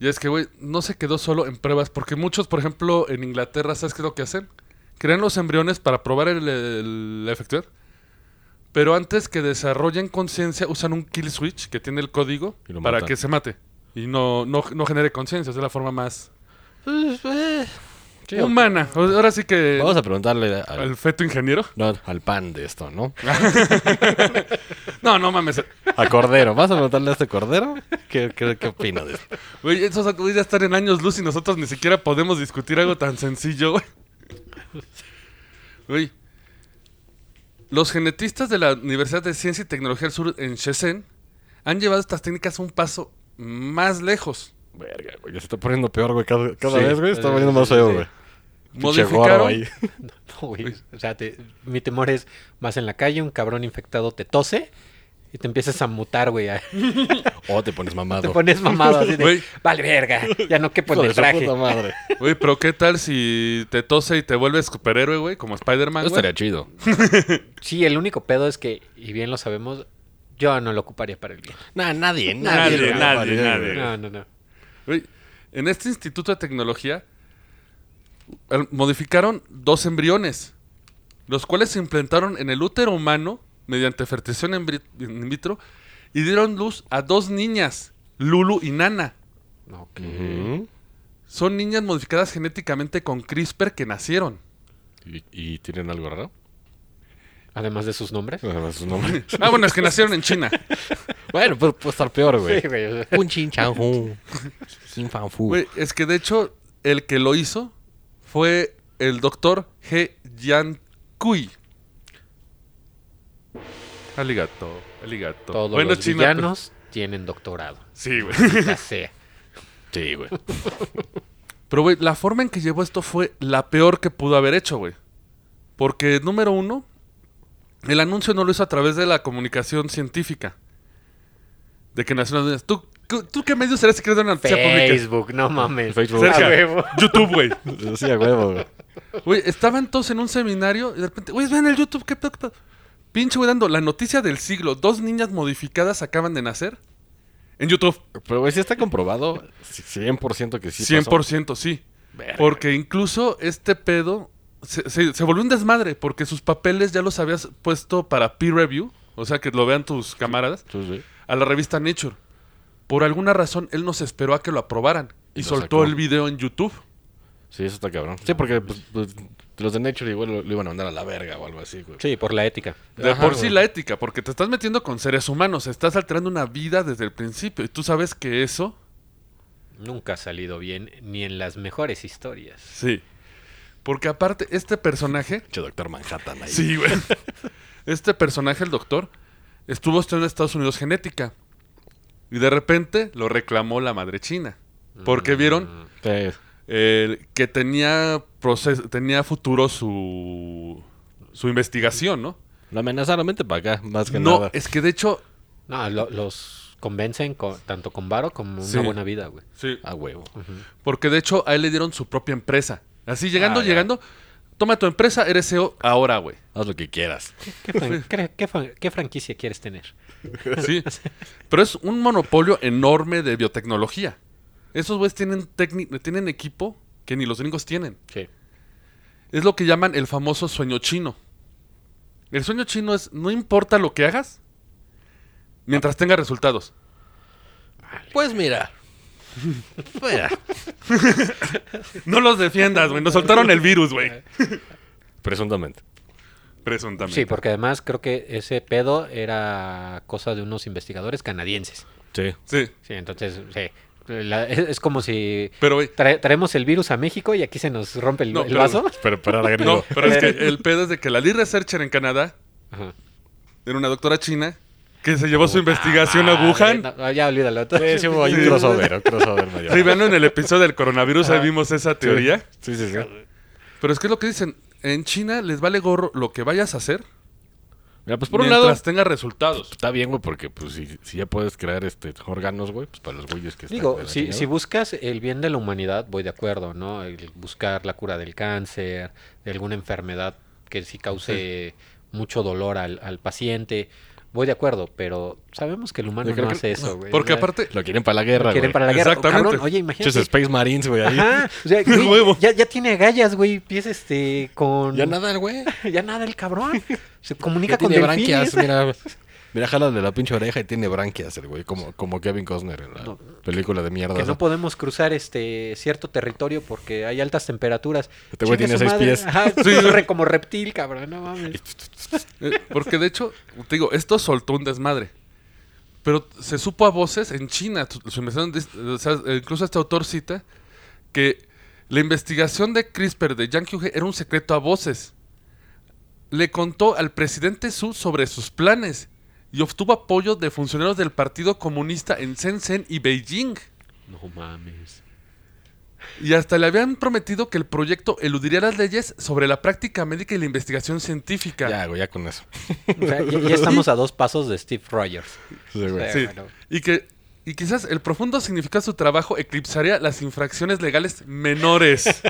Speaker 2: Y es que, güey, no se quedó solo en pruebas, porque muchos, por ejemplo, en Inglaterra, ¿sabes qué es lo que hacen? Crean los embriones para probar el, el- la efectividad. Pero antes que desarrollen conciencia, usan un kill switch que tiene el código
Speaker 5: Y lo
Speaker 2: para
Speaker 5: matan.
Speaker 2: que se mate. Y no, no, no genere conciencia, es la forma más
Speaker 5: más. Eh, sí, ok.
Speaker 2: humana. O- Ahora sí que
Speaker 5: Vamos a preguntarle al,
Speaker 2: al feto
Speaker 5: [laughs]
Speaker 2: ingeniero. [laughs]
Speaker 5: no, al pan de esto, ¿no?
Speaker 2: No, no mames.
Speaker 5: A Cordero. ¿Vas a preguntarle a este Cordero? ¿Qué, qué, qué opina de esto?
Speaker 2: Güey, esos güeyes ya están en años luz y nosotros ni siquiera podemos discutir algo tan sencillo, güey. Güey. Los genetistas de la Universidad de Ciencia y Tecnología del Sur en Shenzhen han llevado estas técnicas un paso más lejos.
Speaker 5: Verga, güey. Ya se está poniendo peor, güey. Cada, cada
Speaker 4: Sí.
Speaker 5: vez, güey. se Está
Speaker 4: Sí,
Speaker 5: poniendo
Speaker 4: sí,
Speaker 5: más
Speaker 4: sí,
Speaker 5: feo,
Speaker 4: sí.
Speaker 5: güey. Pinche gorro
Speaker 2: Modificaron.
Speaker 5: ahí.
Speaker 4: No, güey. O sea, te- mi temor es más en la calle, un cabrón infectado te tose y te empiezas a mutar, güey. [laughs] a-
Speaker 5: O Oh, te pones mamado.
Speaker 4: Te pones mamado así de,
Speaker 2: Güey.
Speaker 4: vale verga, ya no quepo
Speaker 5: Hijo
Speaker 4: en
Speaker 5: de
Speaker 4: el
Speaker 5: su
Speaker 4: traje.
Speaker 5: puta
Speaker 4: [laughs]
Speaker 5: madre.
Speaker 2: Güey, pero ¿qué tal si te tose y te vuelves superhéroe, güey? Como Spider-Man.
Speaker 5: Eso
Speaker 2: güey?
Speaker 5: estaría chido.
Speaker 4: Sí, el único pedo es que, y bien lo sabemos, yo no lo ocuparía para el bien.
Speaker 5: Nah, nadie,
Speaker 2: Nadie,
Speaker 5: güey.
Speaker 2: nadie, nadie.
Speaker 4: No, no, no.
Speaker 2: Güey, en este instituto de tecnología eh, modificaron dos embriones, los cuales se implantaron en el útero humano mediante fertilización en bri- in vitro y dieron luz a dos niñas, Lulu y Nana.
Speaker 4: Ok.
Speaker 5: Ujú.
Speaker 2: Son niñas modificadas genéticamente con CRISPR que nacieron.
Speaker 5: ¿Y, y tienen algo raro?
Speaker 4: Además de sus nombres.
Speaker 5: Nada más su
Speaker 4: [laughs]
Speaker 5: nombre.
Speaker 2: Ah, bueno, es que nacieron en China.
Speaker 5: [laughs] bueno, pues puede estar peor, güey.
Speaker 4: Sí, güey. o sea,
Speaker 5: Un chin chan
Speaker 4: [laughs]
Speaker 5: hu. Sin fan
Speaker 4: Uh.
Speaker 5: fu.
Speaker 2: Güey, es que de hecho el que lo hizo fue el doctor He Yan Kui. Aligato, aligato.
Speaker 4: Todos
Speaker 2: Bueno,
Speaker 4: los
Speaker 5: pues.
Speaker 2: China, pero-
Speaker 4: villanos tienen doctorado.
Speaker 2: Sí, güey. [laughs]
Speaker 5: [laughs]
Speaker 4: Ya sea.
Speaker 5: Sí, güey.
Speaker 2: Pero, güey, la forma en que llevó esto fue la peor que pudo haber hecho, güey. Porque, número uno, el anuncio no lo hizo a través de la comunicación científica. De que nació una... ¿Tú, tú, tú qué medios serás si quieres dar una noticia pública?
Speaker 4: Facebook, no mames. Ah,
Speaker 5: Facebook.
Speaker 4: A
Speaker 2: Cerca.
Speaker 4: huevo.
Speaker 2: YouTube, güey.
Speaker 5: Sí, a huevo, güey.
Speaker 2: Güey, estaban todos en un seminario y de repente, güey, vean el YouTube, qué pedo, qué pedo. Pinche güey dando la noticia del siglo. Dos niñas modificadas acaban de nacer en YouTube.
Speaker 3: Pero, güey, sí está comprobado 100% que sí pasó.
Speaker 2: 100% sí.
Speaker 3: Verga.
Speaker 2: Porque incluso este pedo se, se- se volvió un desmadre porque sus papeles ya los habías puesto para peer review. O sea, que lo vean tus camaradas.
Speaker 3: Sí, sí.
Speaker 2: a la revista Nature. Por alguna razón, él no se esperó a que lo aprobaran y,
Speaker 3: Y lo
Speaker 2: soltó
Speaker 3: sacó.
Speaker 2: el video en YouTube.
Speaker 3: Sí, eso está cabrón. Sí, porque pues, pues, los de Nature igual lo, lo iban a mandar a la verga o algo así, güey.
Speaker 4: Sí, por la ética.
Speaker 2: De
Speaker 3: Ajá,
Speaker 2: por sí
Speaker 3: güey.
Speaker 2: la ética, porque te estás metiendo con seres humanos, estás alterando una vida desde el principio y tú sabes que eso,
Speaker 4: Nunca ha salido bien, ni en las mejores historias.
Speaker 2: sí. Porque aparte, este personaje,
Speaker 5: Che, doctor Manhattan ahí.
Speaker 2: sí, güey. Este personaje, el doctor, estuvo estudiando en Estados Unidos genética y de repente lo reclamó la madre china. Porque vieron
Speaker 4: Mm,
Speaker 3: Sí.
Speaker 2: el que tenía proces- tenía futuro su su investigación, ¿no?
Speaker 5: Lo amenazaron, vente para acá, más que
Speaker 2: no,
Speaker 5: nada.
Speaker 2: es que de hecho,
Speaker 4: No, lo- los convencen con- tanto con varo como
Speaker 2: Sí.
Speaker 4: una buena vida, güey.
Speaker 2: sí,
Speaker 5: A huevo.
Speaker 2: porque de hecho a él le dieron su propia empresa. Así llegando,
Speaker 5: Ah, ya.
Speaker 2: llegando, toma tu empresa, eres CEO ahora,
Speaker 5: [laughs]
Speaker 2: güey.
Speaker 5: Haz lo que quieras.
Speaker 4: ¿Qué, fran- cre- qué fran- qué franquicia quieres tener?
Speaker 2: Sí. Pero es un monopolio enorme de biotecnología. Esos güeyes tienen técnic- tienen equipo que ni los gringos tienen.
Speaker 4: Sí.
Speaker 2: Es lo que llaman el famoso sueño chino. El sueño chino es no importa lo que hagas mientras tenga resultados. [laughs]
Speaker 5: Pues mira. Mira.
Speaker 2: No los defiendas, güey. Nos soltaron el virus, güey.
Speaker 5: Presuntamente.
Speaker 2: Presuntamente.
Speaker 4: Sí, porque además creo que ese pedo era cosa de unos investigadores canadienses.
Speaker 5: Sí.
Speaker 2: Sí.
Speaker 4: Sí, entonces, sí. La- es, es como si
Speaker 2: Pero, güey.
Speaker 4: trae- traemos el virus a México y aquí se nos rompe el,
Speaker 2: No,
Speaker 4: el
Speaker 2: pero-
Speaker 4: vaso.
Speaker 5: Pero para la
Speaker 2: No, pero es que el pedo es de que la lead researcher en Canadá
Speaker 4: Ajá.
Speaker 2: era una doctora china que se llevó
Speaker 5: Oh.
Speaker 2: su investigación a Wuhan.
Speaker 4: Ah, no, ya olvídalo.
Speaker 5: Sí, sí, hubo ahí un crossover, un crossover medio.
Speaker 2: Sí, veanlo en el episodio del coronavirus, ahí vimos esa teoría.
Speaker 5: Sí, sí, sí.
Speaker 2: Pero es que es lo que dicen. En China les vale gorro lo que vayas a hacer
Speaker 5: Mira, pues por
Speaker 2: por
Speaker 5: un lado,
Speaker 2: mientras tenga resultados.
Speaker 5: está bien, güey, porque pues si, si ya puedes crear este órganos, güey, pues para los güeyes que están. de
Speaker 4: Digo,
Speaker 5: la
Speaker 4: si,
Speaker 5: chingada.
Speaker 4: si buscas el bien de la humanidad, voy de acuerdo, ¿no? El buscar la cura del cáncer, de alguna enfermedad que sí cause mucho dolor al, al paciente, voy de acuerdo, pero sabemos que el humano
Speaker 5: Yo creo
Speaker 4: no
Speaker 5: que-
Speaker 4: hace eso, güey.
Speaker 2: Porque
Speaker 4: O sea,
Speaker 2: aparte,
Speaker 5: Lo quieren para la guerra,
Speaker 4: quieren
Speaker 5: güey.
Speaker 4: para la guerra.
Speaker 2: Exactamente.
Speaker 4: Cabrón, oye,
Speaker 5: Muchos
Speaker 4: imagínate.
Speaker 5: Space Marines, güey, ahí.
Speaker 4: Ajá,
Speaker 5: [laughs]
Speaker 4: o sea, güey,
Speaker 2: Huevo.
Speaker 4: ya, ya tiene agallas, güey, pies este con
Speaker 5: Ya nada, güey.
Speaker 4: [laughs] ya nada el cabrón. Se comunica
Speaker 5: Ya
Speaker 4: con
Speaker 5: tiene branquias,
Speaker 4: delfines.
Speaker 5: mira. Mira, jala de la pinche oreja y tiene branquias el güey, como, como Kevin Costner en la película de mierda.
Speaker 4: Que
Speaker 5: esa.
Speaker 4: no podemos cruzar este cierto territorio porque hay altas temperaturas.
Speaker 5: Este güey
Speaker 4: Chinga
Speaker 5: tiene
Speaker 4: su
Speaker 5: seis
Speaker 4: madre.
Speaker 5: pies.
Speaker 4: Ajá,
Speaker 2: Sí.
Speaker 4: corre como reptil, cabrón, no mames.
Speaker 2: eh, porque de hecho, te digo, esto soltó un desmadre. Pero se supo a voces en China, su- su investigación dis- o sea, eh, incluso este autor cita que la investigación de CRISPR de Yang Hyuk era un secreto a voces. Le contó al presidente Su sobre sus planes y obtuvo apoyo de funcionarios del Partido Comunista en Shenzhen y Beijing.
Speaker 4: No mames.
Speaker 2: Y hasta le habían prometido que el proyecto eludiría las leyes sobre la práctica médica y la investigación científica.
Speaker 5: Ya, güey, ya con eso. [laughs]
Speaker 4: O sea, ya, ya estamos a dos pasos de Steve [laughs] Rogers.
Speaker 5: Sí, güey.
Speaker 2: Sí.
Speaker 4: Bueno.
Speaker 2: Y que y quizás el profundo significado de su trabajo eclipsaría las infracciones legales [laughs] menores.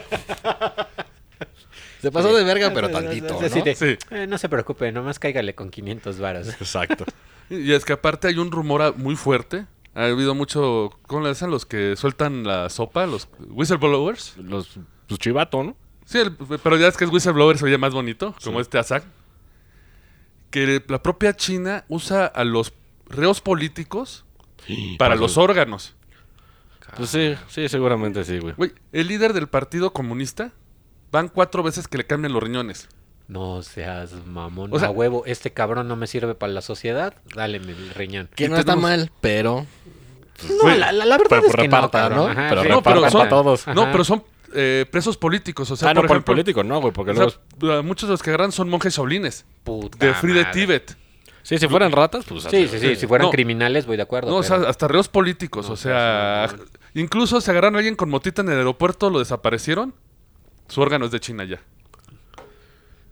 Speaker 5: Se pasó de verga, pero tantito,
Speaker 4: Así
Speaker 5: ¿no?
Speaker 4: de,
Speaker 2: Sí.
Speaker 4: "Eh, no se preocupe, nomás cáigale con 500 varas.
Speaker 5: Exacto.
Speaker 2: Y es que aparte hay un rumor a- muy fuerte. Ha habido mucho. ¿Cómo le dicen los que sueltan la sopa? Los whistleblowers.
Speaker 5: Los, pues chivato, ¿no?
Speaker 2: Sí, el- pero ya es que es whistleblower, se oye más bonito, como este Azak. Que la propia China usa a los reos políticos para los órganos.
Speaker 5: Pues sí, sí, seguramente sí, güey.
Speaker 2: Güey, el líder del Partido Comunista van cuatro veces que le cambian los riñones.
Speaker 4: [laughs] No seas mamón.
Speaker 2: O sea-
Speaker 4: a huevo, este cabrón no me sirve para la sociedad. Dale mi riñón.
Speaker 5: Que
Speaker 2: Y
Speaker 5: no está
Speaker 2: tenemos-
Speaker 5: mal, pero.
Speaker 4: No, la, la- la verdad
Speaker 5: pero
Speaker 4: es que
Speaker 5: reparta,
Speaker 4: no, cabrón.
Speaker 5: ¿no? Pero
Speaker 4: sí.
Speaker 2: No, pero
Speaker 5: repartan
Speaker 2: son,
Speaker 5: para todos.
Speaker 2: No,
Speaker 4: Ajá.
Speaker 2: pero son eh, presos políticos. O sea,
Speaker 5: ah, no,
Speaker 2: por
Speaker 5: por el
Speaker 2: ejemplo,
Speaker 5: político, no, güey, porque
Speaker 2: o sea,
Speaker 5: luego.
Speaker 2: uh, muchos de los que agarran son monjes shaolines
Speaker 4: Puta
Speaker 2: de Free de
Speaker 4: Ah, madre.
Speaker 2: Tíbet.
Speaker 5: Sí, si fueran ratas, pues.
Speaker 4: Sí, sí, sí. Si fueran
Speaker 2: No.
Speaker 4: criminales, voy de acuerdo.
Speaker 2: No, o sea,
Speaker 4: pero-
Speaker 2: hasta reos políticos.
Speaker 4: No,
Speaker 2: o sea,
Speaker 4: sí,
Speaker 2: incluso se agarraron a alguien con motita en el aeropuerto, lo desaparecieron. Su órgano es de China ya.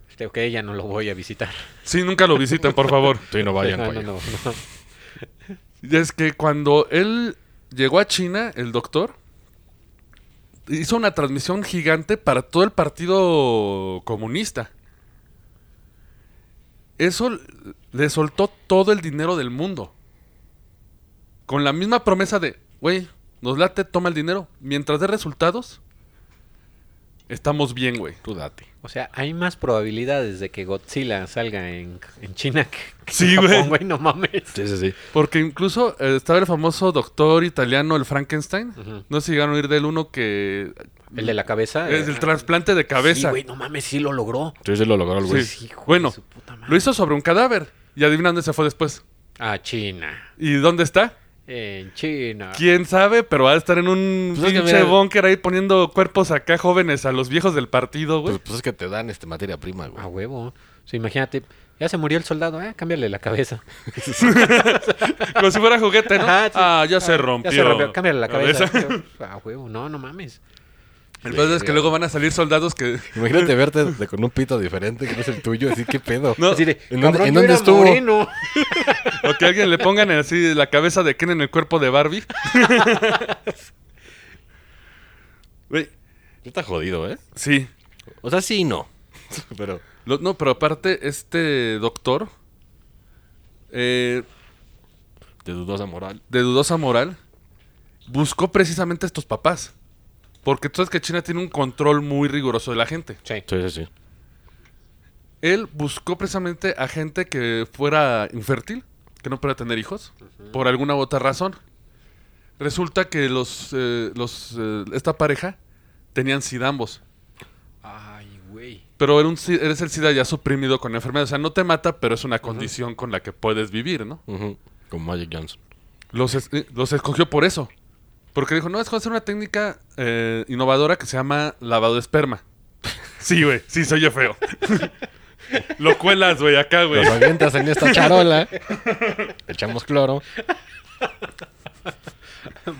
Speaker 4: Este, ok, ya no lo voy a visitar.
Speaker 2: Sí, nunca lo visiten, por
Speaker 4: [laughs]
Speaker 2: favor.
Speaker 5: Sí, no vayan,
Speaker 4: no,
Speaker 5: güey.
Speaker 4: no, no, no.
Speaker 2: Y es que cuando él llegó a China, el doctor, hizo una transmisión gigante para todo el partido comunista. Eso l- le soltó todo el dinero del mundo. Con la misma promesa de, güey, nos late, toma el dinero. Mientras dé resultados, estamos bien, güey.
Speaker 3: Tú date.
Speaker 4: O sea, hay más probabilidades de que Godzilla salga en, en China que, que
Speaker 2: Sí,
Speaker 4: en
Speaker 2: güey.
Speaker 4: Japón, güey. No mames.
Speaker 3: Sí, sí, sí.
Speaker 2: Porque incluso eh, estaba el famoso doctor italiano, el Frankenstein.
Speaker 4: Ujú.
Speaker 2: No sé si llegaron a oír del uno que...
Speaker 4: El de la cabeza.
Speaker 2: Es
Speaker 4: eh,
Speaker 2: el trasplante de cabeza.
Speaker 4: Sí, güey, no mames, sí lo logró.
Speaker 3: Sí, sí, lo logró el güey.
Speaker 2: Sí.
Speaker 4: Hijo de
Speaker 2: Bueno,
Speaker 4: su puta madre.
Speaker 2: Lo hizo sobre un cadáver. Y adivina dónde se fue después.
Speaker 4: A China.
Speaker 2: ¿Y dónde está?
Speaker 4: En China.
Speaker 2: ¿Quién sabe? Pero va a estar en un
Speaker 3: Pues es que
Speaker 2: pinche
Speaker 3: mira-
Speaker 2: búnker ahí poniendo cuerpos acá jóvenes a los viejos del partido, güey.
Speaker 5: Pues, pues es que te dan este materia prima, güey.
Speaker 4: A huevo. O sea, imagínate, ya se murió el soldado, eh, cámbiale la cabeza.
Speaker 2: [laughs] Como si fuera
Speaker 4: [laughs]
Speaker 2: juguete, ¿no?
Speaker 4: Pues, Ajá, sí.
Speaker 2: Ah, ya se rompió.
Speaker 4: Ya se rompió, cámbiale la cabeza.
Speaker 2: [laughs]
Speaker 4: A huevo, no, no mames.
Speaker 2: Entonces es que luego van a salir soldados que...
Speaker 5: Imagínate verte de- con un pito diferente que no es el tuyo, así que pedo.
Speaker 2: No,
Speaker 4: Así de,
Speaker 5: ¿en dónde-
Speaker 4: cabrón,
Speaker 5: en
Speaker 4: yo
Speaker 5: dónde
Speaker 4: era
Speaker 5: estuvo?
Speaker 4: moreno.
Speaker 2: O que alguien le pongan así la cabeza de Ken en el cuerpo de Barbie. Güey,
Speaker 5: Está jodido, ¿eh?
Speaker 2: sí.
Speaker 5: O sea, sí y no. [laughs] Pero
Speaker 2: Lo- no, pero aparte, este doctor... Eh,
Speaker 5: de dudosa moral.
Speaker 2: de dudosa moral, buscó precisamente a estos papás. Porque tú sabes que China tiene un control muy riguroso de la gente.
Speaker 4: Sí.
Speaker 5: Sí, sí, sí.
Speaker 2: Él buscó precisamente a gente que fuera infértil, que no pudiera tener hijos, por alguna u otra razón. Resulta que los, eh, los, eh, esta pareja tenían SIDA ambos.
Speaker 4: Ay, güey.
Speaker 2: Pero era un si- eres el SIDA ya suprimido con la enfermedad. O sea, no te mata, pero es una condición con la que puedes vivir, ¿no?
Speaker 5: Ujú. Como Magic Johnson.
Speaker 2: Los, es- eh, los escogió por eso. Porque dijo, no, es hacer una técnica eh, innovadora que se llama lavado de esperma. [laughs] Sí, güey, sí, soy yo feo. [laughs] Lo cuelas, güey, acá, güey.
Speaker 5: Los avientas en [laughs] esta charola. Echamos [laughs] cloro.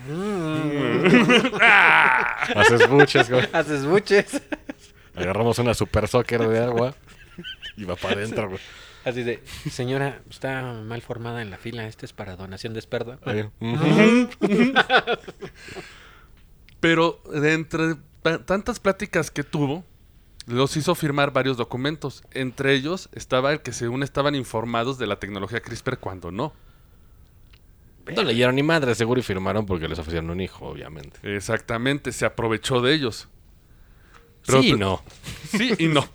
Speaker 5: Mm. Haces buches, güey.
Speaker 4: Haces buches.
Speaker 5: Agarramos una super soccer de agua. Y va para adentro, güey.
Speaker 4: Así de, señora, está mal formada en la fila, este es para donación de esperma.
Speaker 5: Ahí.
Speaker 2: Pero de entre ta- tantas pláticas que tuvo, los hizo firmar varios documentos. Entre ellos estaba el que según estaban informados de la tecnología CRISPR cuando no.
Speaker 5: No leyeron ni madre, seguro, y firmaron porque les ofrecieron un hijo, obviamente.
Speaker 2: Exactamente, se aprovechó de ellos.
Speaker 5: sí,
Speaker 2: te-
Speaker 5: no.
Speaker 2: Sí y no.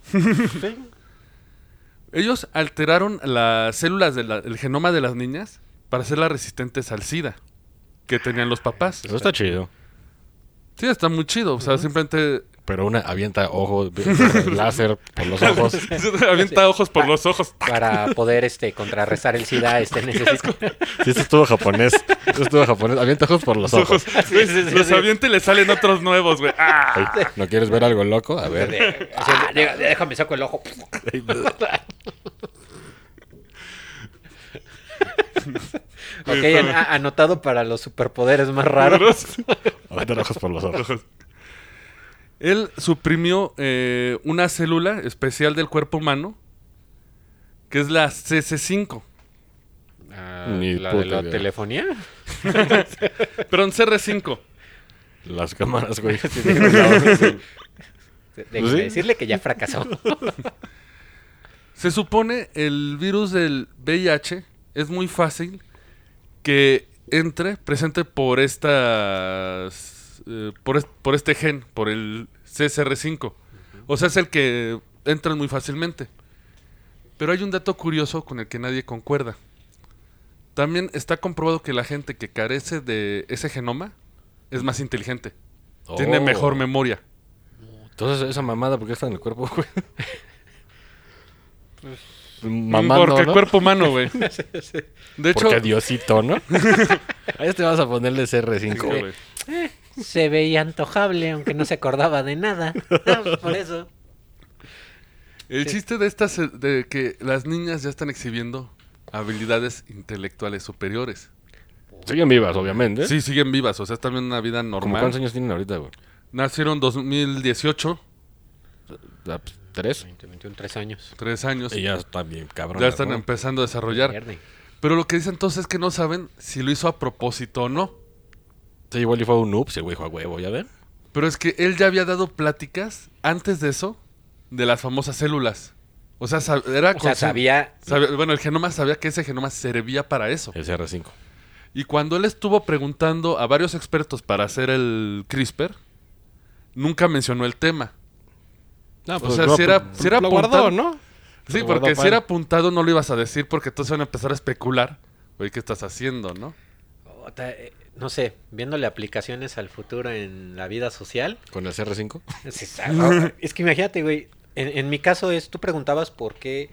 Speaker 2: Ellos alteraron las células del genoma de las niñas para hacerlas resistentes al SIDA que tenían los papás.
Speaker 5: Eso está chido.
Speaker 2: Sí, está muy chido. O sea,
Speaker 4: [laughs]
Speaker 2: simplemente
Speaker 5: Pero una avienta ojo, [laughs] láser por los ojos.
Speaker 2: avienta ojos por los ojos.
Speaker 4: Para poder este contrarrestar el SIDA, este necesita.
Speaker 5: Sí, eso estuvo japonés. Eso estuvo japonés. Avienta ojos por los
Speaker 2: Los
Speaker 5: ojos.
Speaker 2: ojos.
Speaker 4: [laughs] Sí, sí, sí,
Speaker 2: los
Speaker 4: sí.
Speaker 2: avienta y le salen otros nuevos, güey. ¡Ah!
Speaker 5: Ay, ¿No quieres ver algo loco? A ver.
Speaker 4: Así de, "Deja- déjame saco el ojo. ok, an- a- anotado para los superpoderes más raros.
Speaker 5: Avienta ojos por los ojos.
Speaker 2: Él suprimió eh, una célula especial del cuerpo humano que es la CC5.
Speaker 4: Ah,
Speaker 5: Ni
Speaker 4: ¿La de
Speaker 5: puta
Speaker 4: la
Speaker 5: idea. [laughs]
Speaker 4: telefonía?
Speaker 2: Perdón, CR5.
Speaker 5: Las cámaras, güey.
Speaker 4: De- déjeme
Speaker 5: sí.
Speaker 4: decirle que ya fracasó.
Speaker 2: Se supone el virus del VIH es muy fácil que entre presente por estas eh, por, es- por este gen, por el CSR5. O sea, es el que entran muy fácilmente. Pero hay un dato curioso con el que nadie concuerda. También está comprobado que la gente que carece de ese genoma es más inteligente, tiene
Speaker 5: Oh.
Speaker 2: mejor memoria.
Speaker 5: Entonces, esa mamada, ¿por qué está en el cuerpo, güey?
Speaker 2: Pues, Porque el
Speaker 5: ¿no?
Speaker 2: cuerpo humano, güey. De hecho,
Speaker 5: Porque Diosito, ¿no? A este vas a ponerle CR5,
Speaker 2: Sí,
Speaker 5: güey.
Speaker 2: güey.
Speaker 4: Se veía antojable, aunque no se acordaba de nada. [laughs] Por eso.
Speaker 2: El chiste de estas eh, de que las niñas ya están exhibiendo habilidades intelectuales superiores.
Speaker 5: Siguen vivas, obviamente.
Speaker 2: Sí, siguen vivas, o sea, están viviendo una vida
Speaker 5: ¿Eh? ¿Cómo cuántos
Speaker 2: normal.
Speaker 5: años tienen ahorita, güey?
Speaker 2: Nacieron 2018,
Speaker 5: Ah, pues, ¿Tres?
Speaker 4: 20, 21, 3 años.
Speaker 2: tres años.
Speaker 5: Y ya están bien, cabrón.
Speaker 2: pues Ya están empezando a
Speaker 5: Pues
Speaker 2: desarrollar.
Speaker 4: Pierde.
Speaker 2: Pero lo que dicen entonces es que no saben si lo hizo a propósito o no.
Speaker 5: Sí, igual y fue un noob, el güey, dijo a huevo, ¿ya ven?
Speaker 2: Pero es que él ya había dado pláticas antes de eso de las famosas células. O sea, sab- era
Speaker 4: O sea,
Speaker 2: consci-
Speaker 4: sabía.
Speaker 2: sabía- bueno, el genoma sabía que ese genoma servía para eso.
Speaker 5: El CR5.
Speaker 2: Y cuando él estuvo preguntando a varios expertos para hacer el CRISPR, nunca mencionó el tema.
Speaker 5: No,
Speaker 2: pues, O sea, si era- si era
Speaker 5: lo guardó,
Speaker 2: apuntado.
Speaker 5: ¿no?
Speaker 2: Sí,
Speaker 5: Lo guardó
Speaker 2: porque si
Speaker 5: para
Speaker 2: era
Speaker 5: él.
Speaker 2: apuntado no lo ibas a decir porque entonces van a empezar a especular. Oye, ¿qué estás haciendo, no?
Speaker 4: Ota, eh, No sé, viéndole aplicaciones al futuro en la vida social. [laughs]
Speaker 5: Con el CR5.
Speaker 4: Sí, está- es que imagínate, güey. En, en mi caso es, tú preguntabas por qué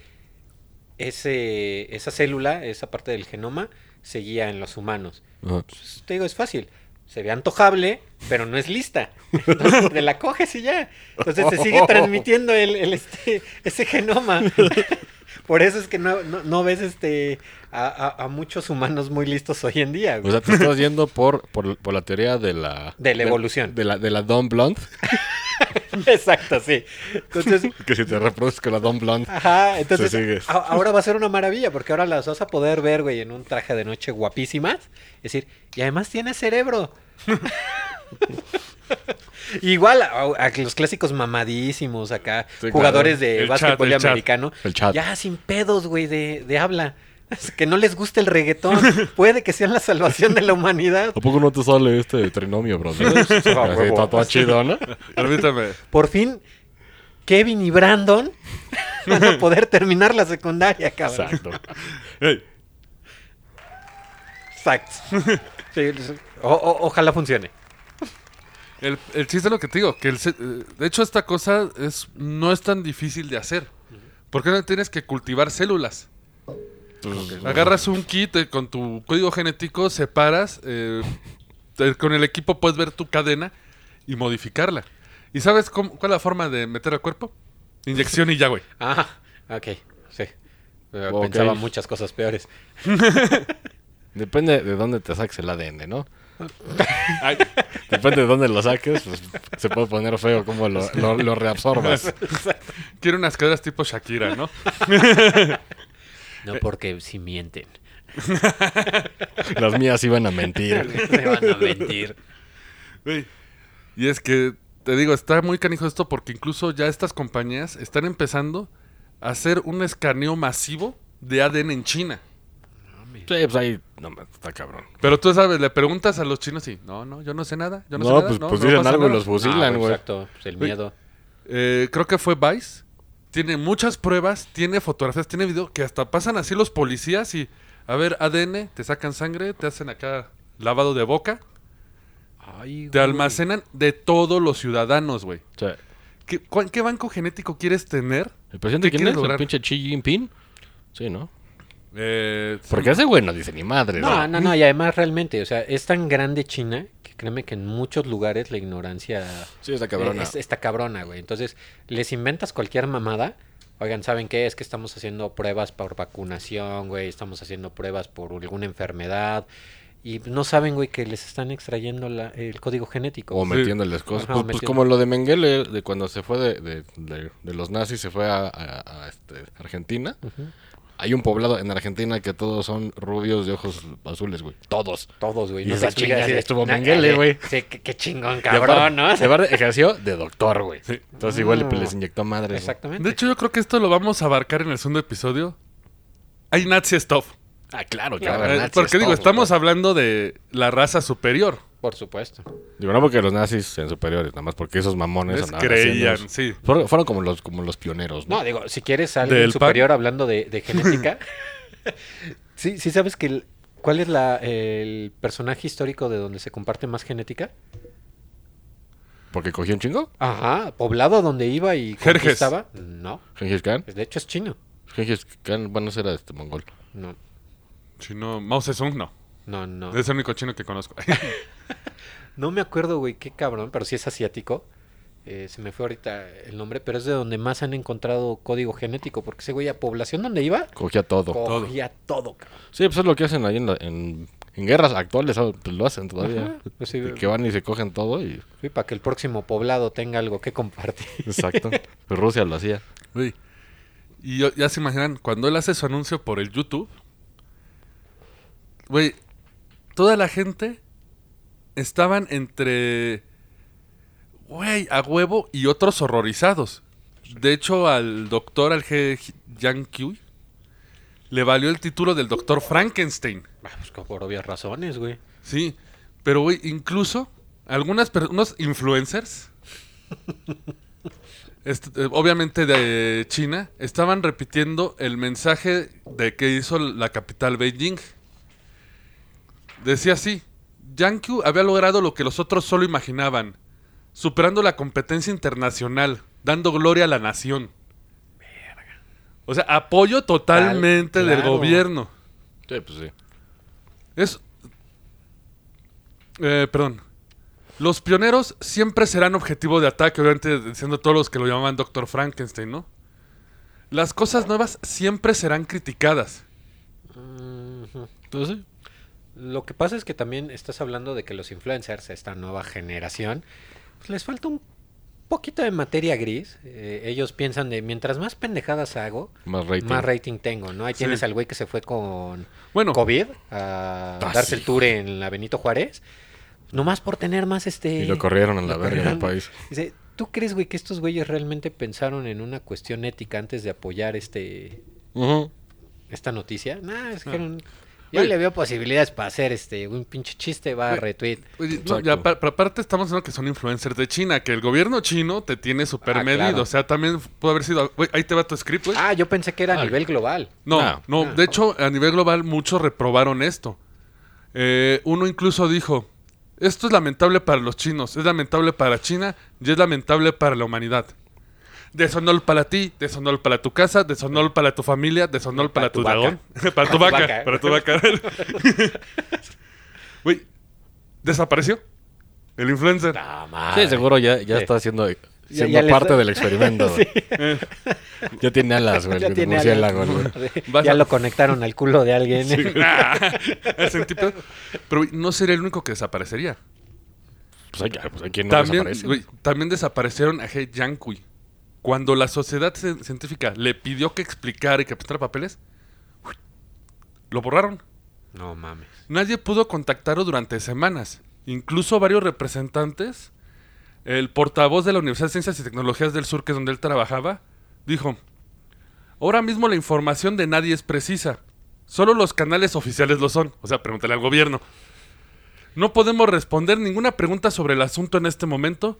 Speaker 4: ese, esa célula, esa parte del genoma, seguía en los humanos. Pues, te digo, es fácil. Se ve antojable, pero no es lista. Entonces te la coges y ya. Entonces se sigue transmitiendo el, el este, ese genoma. [laughs] Por eso es que no, no- no ves este a, a- a muchos humanos muy listos hoy en día.
Speaker 5: O
Speaker 4: güey.
Speaker 5: sea, te estás yendo por, por, por la teoría de la...
Speaker 4: De la evolución.
Speaker 5: De la, de la Don Blonde.
Speaker 4: [laughs] Exacto, sí. Entonces,
Speaker 5: [laughs] que si te reproduces con la Don Blonde.
Speaker 4: Ajá, entonces ah.
Speaker 5: Se sigue.
Speaker 4: a- ahora va a ser una maravilla porque ahora las vas a poder ver, güey, en un traje de noche guapísimas. Es decir, y además tiene cerebro. [laughs] Igual a, a los clásicos mamadísimos acá,
Speaker 5: Sí,
Speaker 4: jugadores
Speaker 5: claro.
Speaker 4: de
Speaker 2: El
Speaker 4: básquetbol
Speaker 2: chat, el chat.
Speaker 4: americano.
Speaker 5: El chat.
Speaker 4: Ya sin pedos, güey, de, de habla. Es que no les gusta el reggaetón. [laughs] Puede que sean la salvación de la humanidad.
Speaker 5: ¿A poco no te sale este trinomio, bro? Así,
Speaker 4: a huevo.
Speaker 5: está todo chido, ¿no?
Speaker 2: Permítame.
Speaker 4: Por fin, Kevin y Brandon [laughs] van a poder terminar la secundaria, cabrón.
Speaker 5: Exacto.
Speaker 4: Exacto. [laughs] Sí, sí. O- o- ojalá funcione.
Speaker 2: El, el chiste es lo que te digo, que el se- eh, de hecho esta cosa es, no es tan difícil de hacer. Porque no tienes que cultivar células. Agarras un kit eh, con tu código genético, separas, eh, te- con el equipo puedes ver tu cadena y modificarla. ¿Y sabes cómo- cuál es la forma de meter al cuerpo? Inyección y ya, güey.
Speaker 4: Ah, ok. Sí. Eh,
Speaker 5: Ok.
Speaker 4: Pensaba muchas cosas peores.
Speaker 5: Depende de dónde te saques el ADN, ¿no? Depende de dónde lo saques, pues, se puede poner feo cómo lo, lo, lo reabsorbas.
Speaker 2: Quiero unas caderas tipo Shakira,
Speaker 5: [laughs]
Speaker 2: ¿no?
Speaker 4: No porque
Speaker 5: [laughs]
Speaker 4: si mienten. [laughs]
Speaker 5: Las mías iban a mentir.
Speaker 4: Me van a mentir.
Speaker 2: Güey. Y es que, te digo, está muy canijo esto porque incluso ya estas compañías están empezando a hacer un escaneo masivo de ADN en China.
Speaker 5: Sí, pues ahí, no, man, está cabrón.
Speaker 2: Pero tú sabes, le preguntas a los chinos y, no, no, yo no sé nada, yo no, sé
Speaker 5: No,
Speaker 2: nada,
Speaker 5: pues,
Speaker 2: no,
Speaker 5: pues
Speaker 2: no
Speaker 5: dicen
Speaker 2: pasa
Speaker 5: algo y
Speaker 2: nada".
Speaker 5: los fusilan,
Speaker 4: No,
Speaker 5: güey.
Speaker 4: exacto. pues el miedo.
Speaker 2: Eh, creo que fue Vice. Tiene muchas pruebas, tiene fotografías, tiene video que hasta pasan así los policías y, a ver, ADN, te sacan sangre, te hacen acá lavado de boca, te almacenan de todos los ciudadanos, güey.
Speaker 5: O sea,
Speaker 2: ¿Qué, cuán- qué banco genético quieres tener?
Speaker 5: ¿El presidente
Speaker 2: ¿Qué
Speaker 5: quién
Speaker 2: quieres
Speaker 5: es?
Speaker 2: lograr?
Speaker 5: ¿El pinche Xi Jinping? Sí, ¿no?
Speaker 2: Eh,
Speaker 5: Porque ese güey no dice ni madre,
Speaker 4: No,
Speaker 5: ¿no?
Speaker 4: no, no. Y además realmente, o sea, es tan grande China que créeme que en muchos lugares la ignorancia
Speaker 5: Sí, está
Speaker 2: Eh,
Speaker 5: cabrona.
Speaker 4: es- está cabrona, güey. Entonces, les inventas cualquier mamada. Oigan, ¿saben qué? Es que estamos haciendo pruebas por vacunación, güey. Estamos haciendo pruebas por alguna enfermedad. Y no saben, güey, que les están extrayendo la- el código genético.
Speaker 5: O metiéndoles cosas.
Speaker 4: Ajá,
Speaker 5: pues, pues
Speaker 4: metiendo-
Speaker 5: como lo de Mengele, de cuando se fue de, de- de- de los nazis, se fue a, a- a, este, Argentina. Hay un poblado en Argentina que todos son rubios de ojos azules, güey. Todos.
Speaker 4: Todos, güey.
Speaker 5: Y
Speaker 4: No
Speaker 5: esa
Speaker 4: seas chingada,
Speaker 5: chinga
Speaker 4: así de-
Speaker 5: estuvo
Speaker 4: Nah,
Speaker 5: Mengele,
Speaker 4: eh,
Speaker 5: güey.
Speaker 4: Sí, qué, qué chingón,
Speaker 5: Y aparte,
Speaker 4: cabrón, ¿no?
Speaker 5: y aparte ejerció de doctor, güey. Entonces igual le- pues, les inyectó madre.
Speaker 4: Exactamente.
Speaker 2: de hecho, yo creo que esto lo vamos a abarcar en el segundo episodio. Hay Nazi stuff.
Speaker 5: Ah, claro, que
Speaker 4: Claro,
Speaker 5: va a haber
Speaker 2: Eh,
Speaker 5: nazis,
Speaker 2: porque digo,
Speaker 5: todos,
Speaker 2: estamos
Speaker 5: güey.
Speaker 2: hablando de la raza superior.
Speaker 4: Por supuesto.
Speaker 5: Digo, no porque los nazis sean superiores, nada más porque esos mamones
Speaker 2: Les
Speaker 5: andaban
Speaker 2: creían,
Speaker 5: haciendo-
Speaker 2: sí.
Speaker 5: Fueron, fueron como, los, como los pioneros, ¿no?
Speaker 4: No, digo, si quieres algo
Speaker 2: Del
Speaker 4: superior hablando de, de
Speaker 5: [laughs]
Speaker 4: genética. sí, sí sabes que el- cuál es la, el personaje histórico de donde se comparte más genética.
Speaker 5: Porque cogió un chingo.
Speaker 4: Ajá, poblado donde iba y
Speaker 2: Jerjes.
Speaker 4: conquistaba. No, pues,
Speaker 5: Gengis Khan.
Speaker 4: de hecho es chino.
Speaker 5: Gengis Khan, bueno, ese era este mongol.
Speaker 4: No,
Speaker 2: Chino, Mao Zedong, no.
Speaker 4: no, no.
Speaker 2: Es el único chino que conozco. [laughs]
Speaker 4: No me acuerdo, güey, qué cabrón, pero sí es asiático. Eh, se me fue ahorita el nombre, pero es de donde más han encontrado código genético, porque ese güey a población donde iba,
Speaker 5: Cogía todo.
Speaker 4: cogía todo, cabrón.
Speaker 5: Sí, pues es lo que hacen ahí en, la- en- en guerras actuales, ¿sabes? Pues lo hacen todavía.
Speaker 4: Ajá, pues sí.
Speaker 5: Y que van y se cogen todo y...
Speaker 4: Sí, para que el próximo poblado tenga algo que compartir. [laughs]
Speaker 5: [laughs] Exacto. pues, Rusia lo hacía.
Speaker 2: Güey. Y yo- ya se imaginan, cuando él hace su anuncio por el YouTube, güey, toda la gente estaban entre güey, a huevo, y otros horrorizados. De hecho, al doctor, al G. Yang Q, le valió el título del doctor Frankenstein.
Speaker 4: Ah, pues como por obvias razones, güey.
Speaker 2: Sí, pero güey, incluso algunas per- unos influencers, est- eh, obviamente de China, estaban repitiendo el mensaje de que hizo la capital Beijing. Decía así, Yang Qiu había logrado lo que los otros solo imaginaban, superando la competencia internacional, dando gloria a la nación. O sea, apoyo totalmente del
Speaker 4: claro.
Speaker 2: gobierno.
Speaker 5: Sí, pues sí.
Speaker 2: Es. Eh, perdón. Los pioneros siempre serán objetivo de ataque, obviamente diciendo todos los que lo llamaban Doctor Frankenstein, ¿no? Las cosas nuevas siempre serán criticadas.
Speaker 5: Entonces,
Speaker 4: Lo que pasa es que también estás hablando de que los influencers, esta nueva generación, pues les falta un poquito de materia gris. Eh, ellos piensan de mientras más pendejadas hago,
Speaker 5: Más rating.
Speaker 4: más rating tengo, ¿no? Ahí tienes al güey que se fue con
Speaker 2: Bueno,
Speaker 4: COVID a
Speaker 5: Ah,
Speaker 4: darse
Speaker 5: sí,
Speaker 4: el tour en la Benito Juárez, nomás por tener más este...
Speaker 5: Y lo corrieron a la
Speaker 4: lo
Speaker 5: verga del
Speaker 4: corrieron.
Speaker 5: país.
Speaker 4: Dice, ¿tú crees, güey, que estos güeyes realmente pensaron en una cuestión ética antes de apoyar este
Speaker 5: Ujú.
Speaker 4: esta noticia? Nah,
Speaker 5: Ah.
Speaker 4: es que era un- Yo
Speaker 2: Güey.
Speaker 4: le veo posibilidades para hacer este un pinche chiste, va,
Speaker 2: Güey.
Speaker 4: retweet.
Speaker 2: oye, no,
Speaker 5: Exacto.
Speaker 2: ya, pa- pero aparte estamos diciendo que son influencers de China, que el gobierno chino te tiene super
Speaker 4: Ah,
Speaker 2: medido.
Speaker 4: claro.
Speaker 2: O sea, también puede haber sido. güey, ahí te va tu script,
Speaker 5: Pues,
Speaker 2: güey.
Speaker 4: Ah, yo pensé que era a nivel global.
Speaker 2: No,
Speaker 5: No.
Speaker 2: no. De hecho, a nivel global muchos reprobaron esto. Eh, uno incluso dijo, esto es lamentable para los chinos, es lamentable para China y es lamentable para la humanidad. Deshonor para ti, deshonor para tu casa, deshonor para tu familia, deshonor para,
Speaker 4: Para
Speaker 2: tu,
Speaker 4: tu
Speaker 2: dragón, [laughs] para tu
Speaker 4: Para tu
Speaker 2: vaca,
Speaker 4: vaca.
Speaker 2: para tu vaca. [laughs] Güey, desapareció el influencer.
Speaker 4: Ah, madre.
Speaker 5: Sí, seguro ya, ya
Speaker 4: Sí.
Speaker 5: está haciendo, siendo
Speaker 4: ya les-
Speaker 5: parte del [laughs]
Speaker 4: [laughs]
Speaker 5: experimento. güey. [laughs] Ya tiene alas, güey.
Speaker 4: Ya
Speaker 5: el
Speaker 4: tiene
Speaker 5: murciélago,
Speaker 4: algo.
Speaker 5: güey.
Speaker 2: Vas
Speaker 4: Ya
Speaker 2: a-
Speaker 4: lo conectaron al culo de alguien.
Speaker 2: [laughs] Ah, El centípedo. Pero güey, no sería el único que desaparecería.
Speaker 5: [laughs] Pues hay, pues hay quien no
Speaker 2: También,
Speaker 5: desaparece.
Speaker 2: güey, también desaparecieron a He Yankui. Cuando la sociedad cien- científica le pidió que explicara y que prestara papeles, uy, lo borraron.
Speaker 4: [laughs] No mames.
Speaker 2: Nadie pudo contactarlo durante semanas. Incluso varios representantes, el portavoz de la Universidad de Ciencias y Tecnologías del Sur, que es donde él trabajaba, dijo, ahora mismo la información de nadie es precisa. Solo los canales oficiales lo son. O sea, pregúntale al gobierno. No podemos responder ninguna pregunta sobre el asunto en este momento,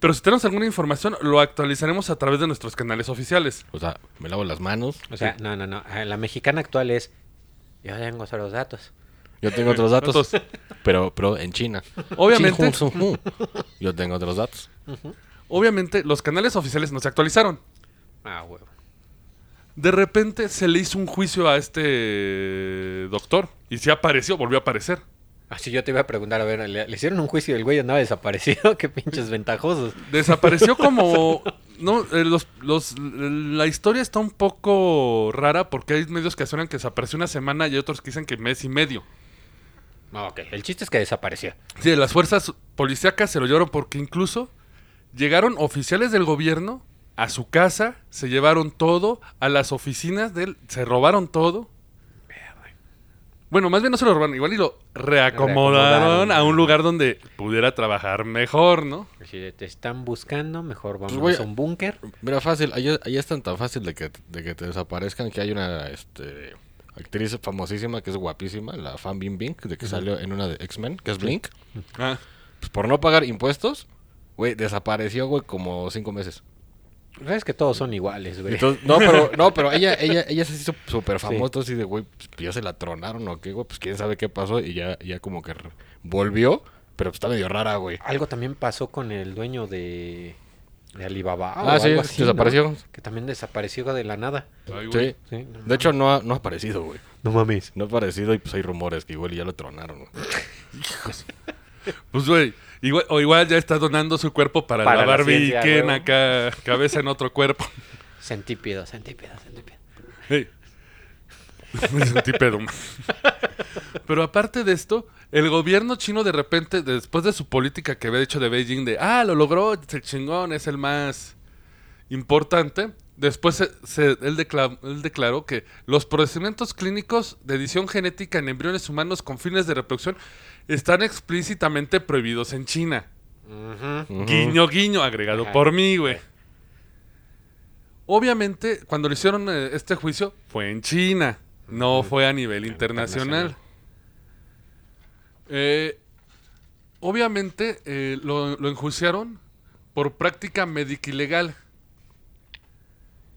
Speaker 2: pero si tenemos alguna información, lo actualizaremos a través de nuestros canales oficiales.
Speaker 5: O sea, me lavo las manos.
Speaker 4: O sea, no, no, no. Ah, La mexicana actual es. Yo tengo solo los datos.
Speaker 5: Yo tengo otros
Speaker 4: [laughs]
Speaker 5: datos.
Speaker 2: Datos.
Speaker 5: Pero, pero en China.
Speaker 2: Obviamente.
Speaker 5: Chin, jun, jun, jun. Yo tengo otros datos.
Speaker 2: Obviamente, los canales oficiales no se actualizaron.
Speaker 4: Ah, huevo.
Speaker 2: De repente se le hizo un juicio a este doctor y si apareció, volvió a aparecer.
Speaker 4: Así Ah, yo te iba a preguntar, a ver, le, le hicieron un juicio y el güey andaba desaparecido. [laughs] Qué pinches ventajosos.
Speaker 2: Desapareció como... No, eh, los- los- la historia está un poco rara porque hay medios que aseguran que desapareció una semana y hay otros que dicen que mes y medio.
Speaker 5: Ah,
Speaker 4: No, ok. El chiste es que desapareció.
Speaker 2: Sí, las fuerzas policíacas se lo llevaron porque incluso llegaron oficiales del gobierno a su casa, se llevaron todo, a las oficinas de él, se robaron todo. Bueno, más bien no se lo robaron, igual y lo reacomodaron
Speaker 4: Reacomodaron.
Speaker 2: a un lugar donde pudiera trabajar mejor, ¿no?
Speaker 4: Si te están buscando, mejor vamos
Speaker 5: güey,
Speaker 4: a un búnker.
Speaker 5: Mira, fácil. Allá, allá es tan tan fácil de que, de que te desaparezcan que hay una este, actriz famosísima que es guapísima, la Fan Bin Bink, de que salió en una de X-Men, que es Blink.
Speaker 2: Ah,
Speaker 5: Pues por no pagar impuestos, güey, desapareció, güey, como cinco meses.
Speaker 4: Sabes que todos son iguales, güey.
Speaker 5: Entonces, no, pero, no, pero ella, ella, ella se hizo súper famosa, así de, güey, pues, ya se la tronaron o qué, güey, pues quién sabe qué pasó y ya, ya como que re- volvió, pero pues, está medio rara, güey.
Speaker 4: Algo también pasó con el dueño de, de Alibaba. o
Speaker 5: Ah, sí,
Speaker 4: algo así, ¿no?
Speaker 5: desapareció.
Speaker 4: Que también desapareció de la nada.
Speaker 2: ay, güey.
Speaker 5: Sí.
Speaker 4: Sí, no
Speaker 5: De hecho, no ha, no ha aparecido, güey.
Speaker 4: No mames.
Speaker 5: No ha aparecido y pues hay rumores que igual ya lo tronaron, güey.
Speaker 2: Pues, güey, igual, o igual ya está donando su cuerpo para,
Speaker 4: Para
Speaker 2: la
Speaker 4: la
Speaker 2: Barbie
Speaker 4: ciencia,
Speaker 2: Ken
Speaker 4: huevo.
Speaker 2: acá, cabeza en otro cuerpo.
Speaker 4: Centípedo, centípedo, centípedo.
Speaker 2: Ey. Me sentí pedo. Pero aparte de esto, el gobierno chino de repente, después de su política que había dicho de Beijing, de ah, lo logró, es el chingón, es el más importante, después se- se- él, decla- él declaró que los procedimientos clínicos de edición genética en embriones humanos con fines de reproducción están explícitamente prohibidos en China.
Speaker 4: Ujú.
Speaker 2: Guiño, guiño, agregado
Speaker 4: Ajá.
Speaker 2: por mí, güey. Obviamente, cuando le hicieron eh, este juicio, fue en China, no fue a nivel internacional. Eh, obviamente, eh, lo, lo enjuiciaron por práctica médica ilegal.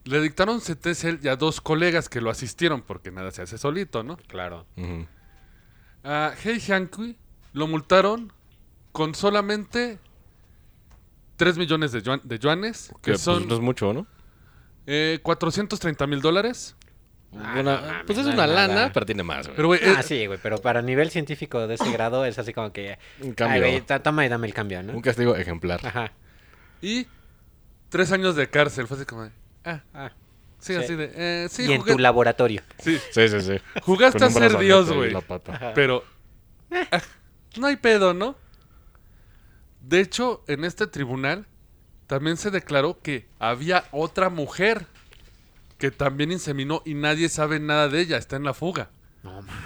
Speaker 2: Le dictaron sentencia a él y a dos colegas que lo asistieron, porque nada se hace solito, ¿no?
Speaker 4: Claro.
Speaker 5: Ujú.
Speaker 2: A Hei Hankui lo multaron con solamente 3 millones de, yuan- de yuanes,
Speaker 5: Que
Speaker 2: que
Speaker 5: pues,
Speaker 2: son
Speaker 5: no es mucho, ¿no?
Speaker 2: eh, 430 mil dólares.
Speaker 5: Una-
Speaker 4: mames,
Speaker 5: pues es
Speaker 4: Ah, no es
Speaker 5: una
Speaker 4: nada.
Speaker 5: lana, pero tiene más, güey.
Speaker 2: Pero, güey,
Speaker 4: Ah,
Speaker 2: eh,
Speaker 4: sí, güey, pero para nivel científico de ese grado es así como que.
Speaker 5: Un
Speaker 4: Ay,
Speaker 5: cambio.
Speaker 4: güey, ta- toma y dame el cambio, ¿no?
Speaker 5: Un castigo ejemplar.
Speaker 4: Ajá.
Speaker 2: y 3 años de cárcel. Fue así como, de, ah,
Speaker 4: Ah.
Speaker 2: sí,
Speaker 4: Sí.
Speaker 2: así de, eh, sí,
Speaker 4: y en
Speaker 2: jugué-
Speaker 4: tu laboratorio.
Speaker 2: sí,
Speaker 5: Sí, sí, [laughs] sí.
Speaker 2: Jugaste
Speaker 5: Con
Speaker 2: a
Speaker 5: un
Speaker 2: ser
Speaker 5: brazalete
Speaker 2: Dios,
Speaker 5: y
Speaker 2: güey.
Speaker 5: la pata.
Speaker 2: pero ah, no hay pedo, ¿no? De hecho, en este tribunal también se declaró que había otra mujer que también inseminó y nadie sabe nada de ella, está en la fuga.
Speaker 4: No mames.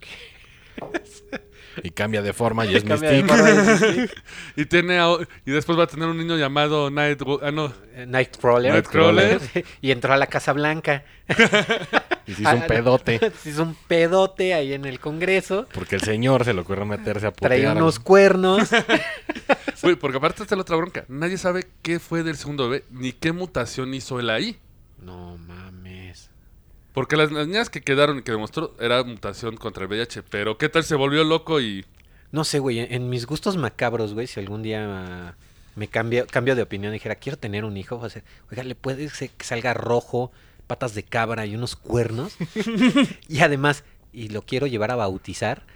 Speaker 4: ¿qué?
Speaker 5: Y cambia de forma
Speaker 4: [laughs]
Speaker 5: y es
Speaker 4: Cambia de
Speaker 5: Mystique. [laughs]
Speaker 4: forma.
Speaker 2: Y tiene a- y después va a tener un niño llamado Night ah no,
Speaker 4: Eh, Nightcrawler.
Speaker 2: Nightcrawler.
Speaker 4: [laughs] y entró a la Casa Blanca. [laughs]
Speaker 5: Y se hizo un
Speaker 4: Ah,
Speaker 5: pedote.
Speaker 4: Se hizo un pedote ahí en el Congreso.
Speaker 5: Porque el señor se le ocurre meterse a putear.
Speaker 4: Traía
Speaker 5: güey.
Speaker 2: [laughs]
Speaker 4: unos cuernos.
Speaker 2: Güey, porque aparte está la otra bronca, nadie sabe qué fue del segundo bebé ni qué mutación hizo él ahí.
Speaker 4: No mames.
Speaker 2: Porque las, las niñas que quedaron y que demostró era mutación contra el VIH, pero qué tal se volvió loco y
Speaker 4: No sé, güey, en mis gustos macabros, güey, si algún día ah, me cambio, cambio de opinión y dijera, quiero tener un hijo, o sea, oiga, le puede ser que salga rojo, patas de cabra y
Speaker 2: [laughs]
Speaker 4: unos cuernos. y además, y lo quiero llevar a bautizar.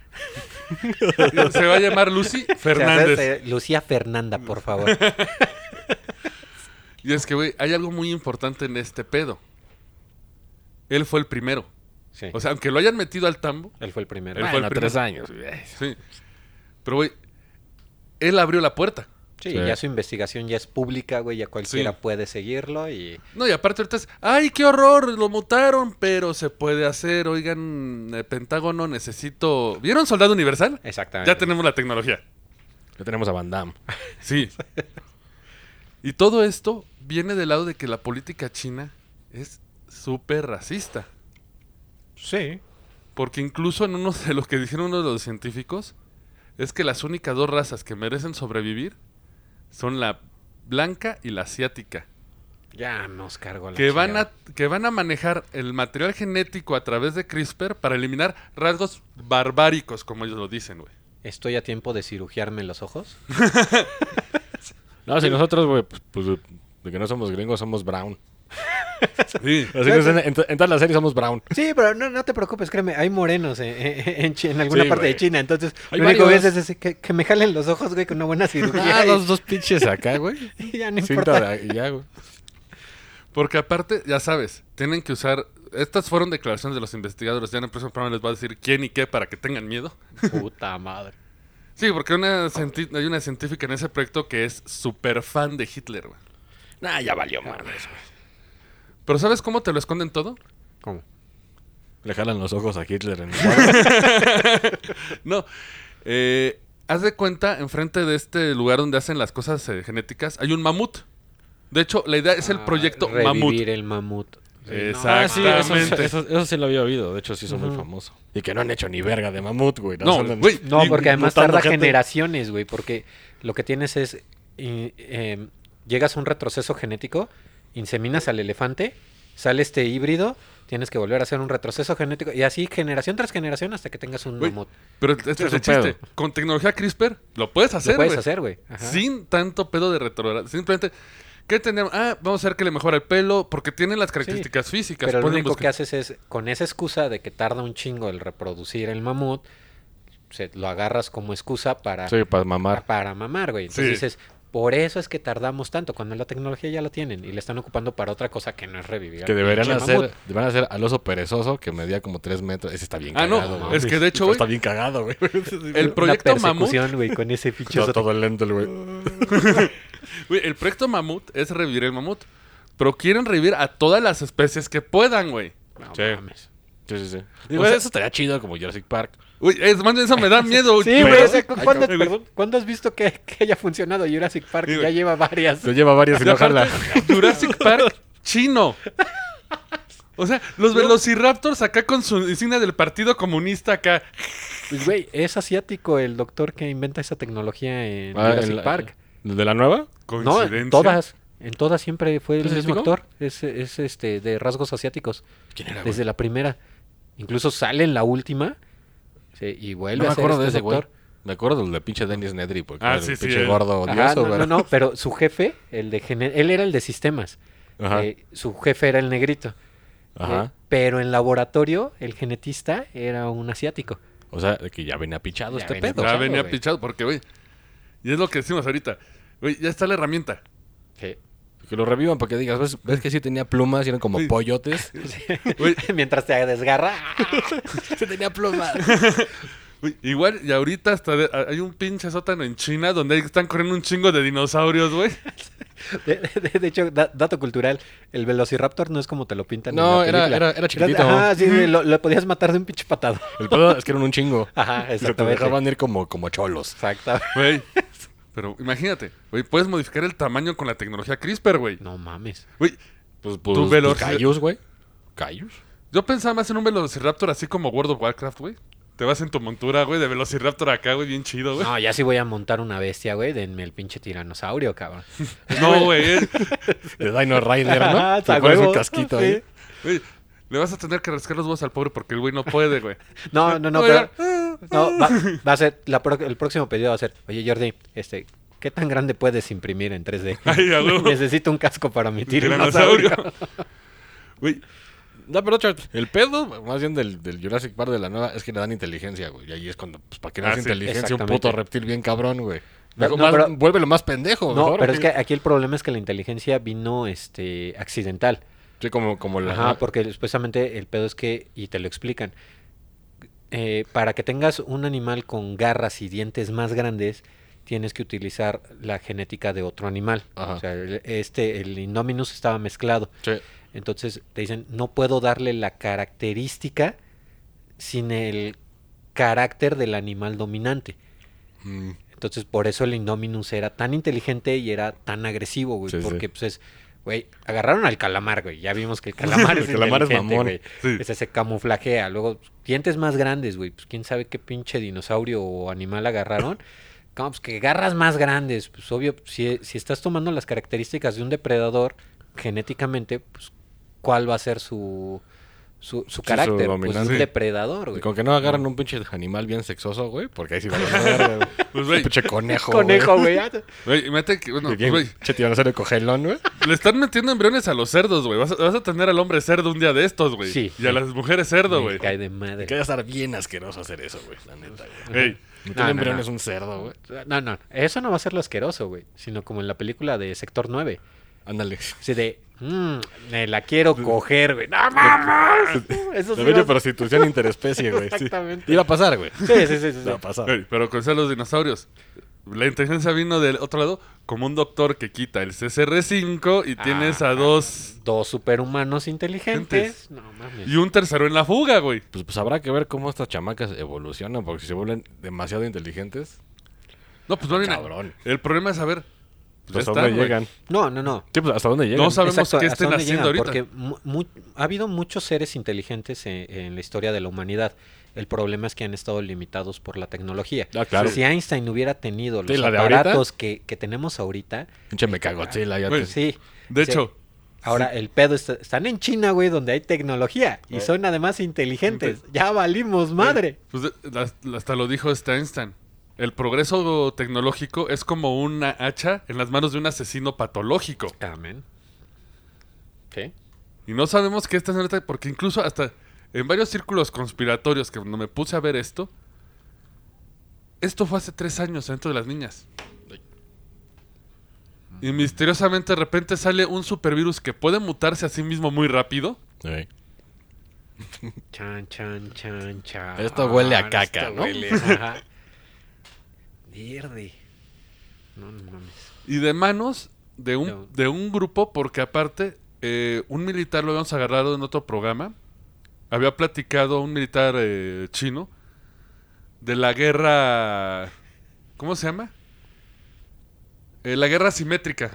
Speaker 2: se va a llamar Lucy
Speaker 4: O sea,
Speaker 2: Fernández.
Speaker 4: eh, Lucía Fernanda, por favor.
Speaker 2: [laughs] Y es que, güey, hay algo muy importante en este pedo. Él fue el primero.
Speaker 4: Sí,
Speaker 2: O sea, aunque lo hayan metido al tambo,
Speaker 4: él fue el primero.
Speaker 2: él
Speaker 4: Ah,
Speaker 2: fue el
Speaker 5: Bueno,
Speaker 2: primero.
Speaker 5: tres años. güey.
Speaker 2: sí. Pero, güey, él abrió la puerta.
Speaker 4: sí,
Speaker 5: Sí.
Speaker 4: ya su investigación ya es pública, güey, ya cualquiera puede seguirlo y...
Speaker 2: No, y aparte ahorita es, ¡ay, qué horror! Lo mutaron, pero se puede hacer. Oigan, eh, Pentágono, necesito... ¿Vieron Soldado Universal?
Speaker 4: Exactamente.
Speaker 2: Ya tenemos la tecnología.
Speaker 5: Ya tenemos a Van Damme.
Speaker 2: Sí. Y todo esto viene del lado de que la política china es súper racista.
Speaker 4: Sí.
Speaker 2: Porque incluso en uno de los que dijeron uno de los científicos es que las únicas dos razas que merecen sobrevivir son la blanca y la asiática.
Speaker 4: Ya nos cargo la
Speaker 2: Que van, a,
Speaker 4: chingada.
Speaker 2: que van a manejar el material genético a través de CRISPR para eliminar rasgos barbáricos, como ellos lo dicen,
Speaker 4: [laughs]
Speaker 2: güey.
Speaker 4: ¿Estoy a tiempo de cirugiarme los ojos?
Speaker 5: No, si nosotros, güey, pues, pues, de que no somos gringos, somos brown.
Speaker 2: Sí.
Speaker 5: Así que en, en to- en todas las series somos
Speaker 4: [laughs]
Speaker 5: brown.
Speaker 4: Sí, pero no, no te preocupes, créeme, hay morenos en, en- en Chi- en alguna
Speaker 5: Sí,
Speaker 4: parte de
Speaker 5: güey.
Speaker 4: China, entonces
Speaker 5: Hay
Speaker 4: lo único que
Speaker 5: varios.
Speaker 4: es, ese que, que me jalen los ojos, güey, con una buena cirugía.
Speaker 5: Ah,
Speaker 4: y-
Speaker 5: los dos pinches acá, güey.
Speaker 4: y ya [laughs] no
Speaker 5: Cinta
Speaker 4: importa.
Speaker 5: de- y ya, güey.
Speaker 2: Porque aparte, ya sabes, tienen que usar... Estas fueron declaraciones de los investigadores. Ya en el próximo programa les voy a decir quién y qué para que tengan miedo.
Speaker 4: [laughs] Puta madre.
Speaker 2: Sí, porque una cienti- hay una científica en ese proyecto que es súper fan de Hitler, güey.
Speaker 5: Nah, ya valió mames, güey.
Speaker 2: Pero ¿sabes cómo te lo esconden todo?
Speaker 4: ¿Cómo?
Speaker 5: Le jalan los ojos a Hitler
Speaker 4: [laughs]
Speaker 5: en el cuadro.
Speaker 2: No. eh, haz de cuenta, enfrente de este lugar donde hacen las cosas eh, genéticas, hay un mamut. De hecho, la idea es el proyecto
Speaker 4: Ah, Revivir
Speaker 2: mamut.
Speaker 4: el mamut.
Speaker 5: Ah, sí, eso,
Speaker 2: Exactamente.
Speaker 5: eso- eso sí lo había oído. De hecho, sí hizo muy famoso. Y que no han hecho ni verga de mamut, güey.
Speaker 2: No,
Speaker 5: Andan-
Speaker 2: güey.
Speaker 4: No,
Speaker 2: Y
Speaker 4: porque además
Speaker 5: mutando
Speaker 4: tarda
Speaker 5: gente.
Speaker 4: generaciones, güey, porque lo que tienes es, y, eh, llegas a un retroceso genético, inseminas al elefante, sale este híbrido, tienes que volver a hacer un retroceso genético, y así generación tras generación hasta que tengas un
Speaker 2: Güey,
Speaker 4: mamut.
Speaker 2: Pero este es
Speaker 5: es
Speaker 2: el
Speaker 5: un pedo.
Speaker 2: chiste. Con tecnología CRISPR lo puedes hacer,
Speaker 4: Lo puedes
Speaker 2: güey.
Speaker 4: hacer, güey. Ajá.
Speaker 2: Sin tanto pedo de retrogrado. Simplemente, ¿qué tenemos? Ah, vamos a ver que le mejora el pelo porque tiene las características físicas.
Speaker 4: Pero lo
Speaker 2: pueden
Speaker 4: único que
Speaker 2: buscar-
Speaker 4: haces es, con esa excusa de que tarda un chingo el reproducir el mamut, se, lo agarras como excusa para,
Speaker 5: Sí, para mamar.
Speaker 4: para mamar, güey. Entonces
Speaker 2: Sí.
Speaker 4: dices, por eso es que tardamos tanto, cuando la tecnología ya la tienen y la están ocupando para otra cosa que no es revivir.
Speaker 5: Que
Speaker 4: al
Speaker 5: deberían
Speaker 4: pinche
Speaker 5: hacer,
Speaker 4: mamut.
Speaker 5: deberían hacer al oso perezoso que medía como 3 metros. Ese está bien
Speaker 2: Ah, no,
Speaker 5: cagado. güey.
Speaker 2: es que de hecho, güey-
Speaker 5: Está bien cagado, [laughs] güey.
Speaker 2: El
Speaker 4: Una
Speaker 2: proyecto mamut
Speaker 4: persecución, güey, con ese ficho.
Speaker 5: Está todo lento el güey.
Speaker 2: Güey, el proyecto Mamut es revivir el mamut. Pero quieren revivir a todas las especies que puedan, güey.
Speaker 4: No
Speaker 5: Sí.
Speaker 4: mames.
Speaker 5: [laughs] Sí, sí, sí. Digo, eso estaría chido como Jurassic Park.
Speaker 2: Uy, es, más bien, eso
Speaker 4: [laughs]
Speaker 2: me da miedo.
Speaker 4: Sí, güey, o sea,
Speaker 2: Ay,
Speaker 4: ¿cuándo,
Speaker 2: cabrón, güey.
Speaker 4: cuándo has visto que, que haya funcionado Jurassic Park?
Speaker 2: Sí,
Speaker 4: ya
Speaker 2: güey.
Speaker 4: lleva varias.
Speaker 5: Se lleva varias y [laughs]
Speaker 2: Y
Speaker 5: no
Speaker 2: aparte,
Speaker 5: jala.
Speaker 2: Jurassic Park chino. O sea, los velociraptors acá con su insignia del Partido Comunista acá.
Speaker 4: Pues, güey, es asiático el doctor que inventa esa tecnología en
Speaker 5: Ah,
Speaker 4: Jurassic
Speaker 5: en la-
Speaker 4: Park.
Speaker 5: ¿De la nueva?
Speaker 4: No,
Speaker 2: Coincidencia.
Speaker 4: en todas. En todas siempre fue el
Speaker 5: ¿Es
Speaker 4: mismo
Speaker 5: asiático?
Speaker 4: actor. Es, es, este de rasgos asiáticos.
Speaker 5: ¿Quién era, güey?
Speaker 4: Desde la primera. Incluso sale en la última. sí, y vuelve
Speaker 5: No me
Speaker 4: a ser
Speaker 5: acuerdo de
Speaker 4: este
Speaker 5: ese, güey.
Speaker 4: doctor.
Speaker 5: Me acuerdo del de pinche Dennis Nedry, porque
Speaker 2: Ah,
Speaker 5: era el
Speaker 2: sí, sí,
Speaker 5: pinche
Speaker 2: el-
Speaker 5: gordo
Speaker 4: Ajá,
Speaker 5: odioso,
Speaker 4: no, no,
Speaker 5: ¿verdad?
Speaker 4: no, pero su jefe, el de gene- él era el de sistemas.
Speaker 5: Ajá,
Speaker 4: Eh, su jefe era el negrito. Eh,
Speaker 5: ajá.
Speaker 4: pero en laboratorio, el genetista era un asiático.
Speaker 5: O sea, de que ya venía pichado
Speaker 4: Ya
Speaker 5: este
Speaker 4: venía
Speaker 5: pedo.
Speaker 2: Ya
Speaker 4: Claro,
Speaker 2: venía
Speaker 4: güey.
Speaker 2: pichado porque, güey. Y es lo que decimos ahorita. Güey, ya está la herramienta.
Speaker 5: Que lo revivan para que digas, ¿ves, ves que sí tenía plumas y eran como
Speaker 2: Sí.
Speaker 5: pollotes?
Speaker 2: Güey,
Speaker 4: [laughs] Mientras te desgarra.
Speaker 5: sí tenía plumas.
Speaker 2: güey, igual, y ahorita hasta de- hay un pinche sótano en China donde ahí están corriendo un chingo de dinosaurios, güey.
Speaker 4: De, de- de hecho, da- dato cultural, el Velociraptor no es como te lo pintan. en
Speaker 5: No,
Speaker 4: la
Speaker 5: era-
Speaker 4: película.
Speaker 5: era- era chiquitito.
Speaker 4: Ajá, sí, sí, lo, lo podías matar de un pinche
Speaker 5: [laughs]
Speaker 4: patado.
Speaker 5: El pedo es que eran un chingo.
Speaker 4: Ajá,
Speaker 5: Y te
Speaker 4: exactamente.
Speaker 5: dejaban ir como, como cholos.
Speaker 4: Exacto. [laughs]
Speaker 2: Güey. Pero imagínate, güey, puedes modificar el tamaño con la tecnología CRISPR, güey.
Speaker 4: No mames.
Speaker 2: Güey,
Speaker 5: Pues, pues,
Speaker 2: Tú
Speaker 5: pues,
Speaker 2: veloz-
Speaker 5: callos, güey. Callos.
Speaker 2: Yo pensaba más en un Velociraptor así como World of Warcraft, güey. Te vas en tu montura, güey, de Velociraptor acá, güey, bien chido, güey.
Speaker 4: No, ya sí voy a montar una bestia, güey. Denme el pinche
Speaker 5: [laughs]
Speaker 4: tiranosaurio, cabrón.
Speaker 2: No, güey. eh.
Speaker 5: De Dino Rider, [laughs]
Speaker 4: [laughs] Ajá,
Speaker 5: ¿no?
Speaker 4: a
Speaker 5: Te pones
Speaker 4: Ah, huevo.
Speaker 5: un casquito
Speaker 4: Sí.
Speaker 5: ahí.
Speaker 2: Güey, Le vas a tener que rascar los huevos al pobre porque el güey no puede, güey.
Speaker 4: No, [laughs] no, no,
Speaker 2: Oiga,
Speaker 4: pero. No, va, va a ser. la pro- el próximo pedido va a ser: Oye, Jordi, este. ¿Qué tan grande puedes imprimir en
Speaker 5: [laughs]
Speaker 4: 3D?
Speaker 2: Ay, a huevo.
Speaker 4: [laughs] Necesito un casco para mi
Speaker 2: Tiranosaurio.
Speaker 4: tiranosaurio.
Speaker 2: [laughs] Güey,
Speaker 5: No, pero otra vez, el pedo, más bien del, del Jurassic Park de la nueva, es que le dan inteligencia, güey. Y ahí es cuando, pues, para que le
Speaker 2: Ah,
Speaker 5: das
Speaker 2: sí,
Speaker 5: inteligencia a un
Speaker 4: exactamente.
Speaker 5: puto reptil bien cabrón, güey.
Speaker 4: No,
Speaker 5: Mejor
Speaker 4: no,
Speaker 5: más-
Speaker 4: pero-
Speaker 5: Vuélvelo más pendejo,
Speaker 4: No,
Speaker 5: mejor,
Speaker 4: pero es
Speaker 5: güey.
Speaker 4: que aquí el problema es que la inteligencia vino este accidental.
Speaker 5: Sí, como, como la...
Speaker 4: Ajá, porque supuestamente el pedo es que, y te lo explican, eh, para que tengas un animal con garras y dientes más grandes, tienes que utilizar la genética de otro animal.
Speaker 5: Ajá.
Speaker 4: O sea, el- este, el Indominus estaba mezclado.
Speaker 5: Sí.
Speaker 4: Entonces te dicen, no puedo darle la característica sin el carácter del animal dominante.
Speaker 5: Mm.
Speaker 4: Entonces, por eso el Indominus era tan inteligente y era tan agresivo, güey.
Speaker 5: Sí, sí.
Speaker 4: porque, pues, es, güey, agarraron al calamar, güey. Ya vimos
Speaker 5: [laughs]
Speaker 4: que el calamar es
Speaker 5: El calamar es
Speaker 4: inteligente,
Speaker 5: mamón.
Speaker 4: güey. pues,
Speaker 2: Sí.
Speaker 4: Ese se camuflajea. Luego, dientes más grandes, güey. Pues, quién sabe qué pinche dinosaurio o
Speaker 5: [laughs]
Speaker 4: animal agarraron. Como, pues, que garras más grandes. Pues, obvio, si, si estás tomando las características de un depredador genéticamente, pues, ¿cuál va a ser su, su, su carácter? pues,
Speaker 5: dominancia.
Speaker 4: un depredador, güey.
Speaker 5: Y con que no agarran un pinche animal bien sexoso, güey, porque ahí sí [laughs] van a agarrar, güey.
Speaker 2: pues,
Speaker 5: Un
Speaker 2: güey.
Speaker 5: pinche conejo,
Speaker 4: Conejo, güey.
Speaker 5: [laughs]
Speaker 2: Güey, y mete que, bueno,
Speaker 5: güey.
Speaker 2: pues,
Speaker 5: Y bien
Speaker 2: güey.
Speaker 5: pinche tiranosaurio cogelón, güey.
Speaker 2: Le están metiendo embriones a los cerdos, güey. Vas, a- vas a tener al hombre cerdo un día de estos, güey.
Speaker 4: Sí.
Speaker 2: Y a las mujeres cerdo,
Speaker 4: Me
Speaker 2: güey.
Speaker 4: cae de madre.
Speaker 5: Que va a estar bien asqueroso hacer eso, güey, la neta, güey.
Speaker 2: Ey,
Speaker 5: No,
Speaker 4: no, no.
Speaker 5: es un cerdo, güey.
Speaker 4: No, no, eso no va a ser lo asqueroso, güey. Sino como en la película de Sector 9.
Speaker 5: Ándale.
Speaker 4: Así de, mmm, me la quiero coger, güey. ¡No
Speaker 5: Ah, [laughs]
Speaker 4: mames! [laughs] Eso
Speaker 5: La
Speaker 4: sí.
Speaker 5: bella
Speaker 4: va a-
Speaker 5: prostitución interespecie, güey. sí.
Speaker 4: Exactamente.
Speaker 5: Iba a pasar, güey.
Speaker 4: Sí, sí, sí, sí, sí.
Speaker 5: Iba a pasar.
Speaker 2: Ey, pero con ser los dinosaurios. La inteligencia vino del otro lado como un doctor que quita el CCR5 y
Speaker 4: Ah,
Speaker 2: tienes a dos...
Speaker 4: Dos superhumanos inteligentes. No mames.
Speaker 2: Y un tercero en la fuga, güey.
Speaker 5: Pues, pues habrá que ver cómo estas chamacas evolucionan, porque si se vuelven demasiado inteligentes,
Speaker 2: No, pues no viene.
Speaker 5: Cabrón.
Speaker 2: El problema es saber.
Speaker 5: pues hasta
Speaker 2: están,
Speaker 5: dónde
Speaker 2: güey.
Speaker 5: llegan.
Speaker 4: No, no, no.
Speaker 5: Sí, pues hasta dónde llegan.
Speaker 2: No sabemos
Speaker 4: Exacto,
Speaker 2: qué
Speaker 4: ¿hasta
Speaker 2: estén
Speaker 4: dónde
Speaker 2: haciendo
Speaker 4: llegan?
Speaker 2: ahorita.
Speaker 4: Porque mu- mu- ha habido muchos seres inteligentes en, en la historia de la humanidad. El problema es que han estado limitados por la tecnología.
Speaker 5: Ah, claro.
Speaker 4: Si Einstein hubiera tenido los
Speaker 5: Sí, la de ahorita.
Speaker 4: aparatos que, que tenemos ahorita,
Speaker 5: Pinche me cago, chila, ya
Speaker 2: Güey.
Speaker 5: te-
Speaker 4: sí.
Speaker 2: De
Speaker 4: sí.
Speaker 2: hecho,
Speaker 4: Ahora, el pedo está- están en China, güey, donde hay tecnología y son además inteligentes. Ya valimos madre.
Speaker 2: pues, eh, hasta- hasta lo dijo este Einstein. El progreso tecnológico es como una hacha en las manos de un asesino patológico.
Speaker 4: Amén. Sí.
Speaker 2: Y no sabemos qué está haciendo ahorita, porque incluso hasta en varios círculos conspiratorios que cuando me puse a ver esto, esto fue hace tres años dentro de las niñas. Y misteriosamente de repente sale un supervirus que puede mutarse a sí mismo muy rápido.
Speaker 5: Sí.
Speaker 4: Chan, chan, chan, chan.
Speaker 5: Esto huele a caca, ¿no?
Speaker 4: huele, [laughs] ajá. Mierda. No, no mames.
Speaker 2: Y de manos de un,
Speaker 4: No.
Speaker 2: de un grupo, porque aparte, eh, un militar lo habíamos agarrado en otro programa. había platicado un militar eh, chino de la guerra. ¿Cómo se llama? Eh, la guerra simétrica.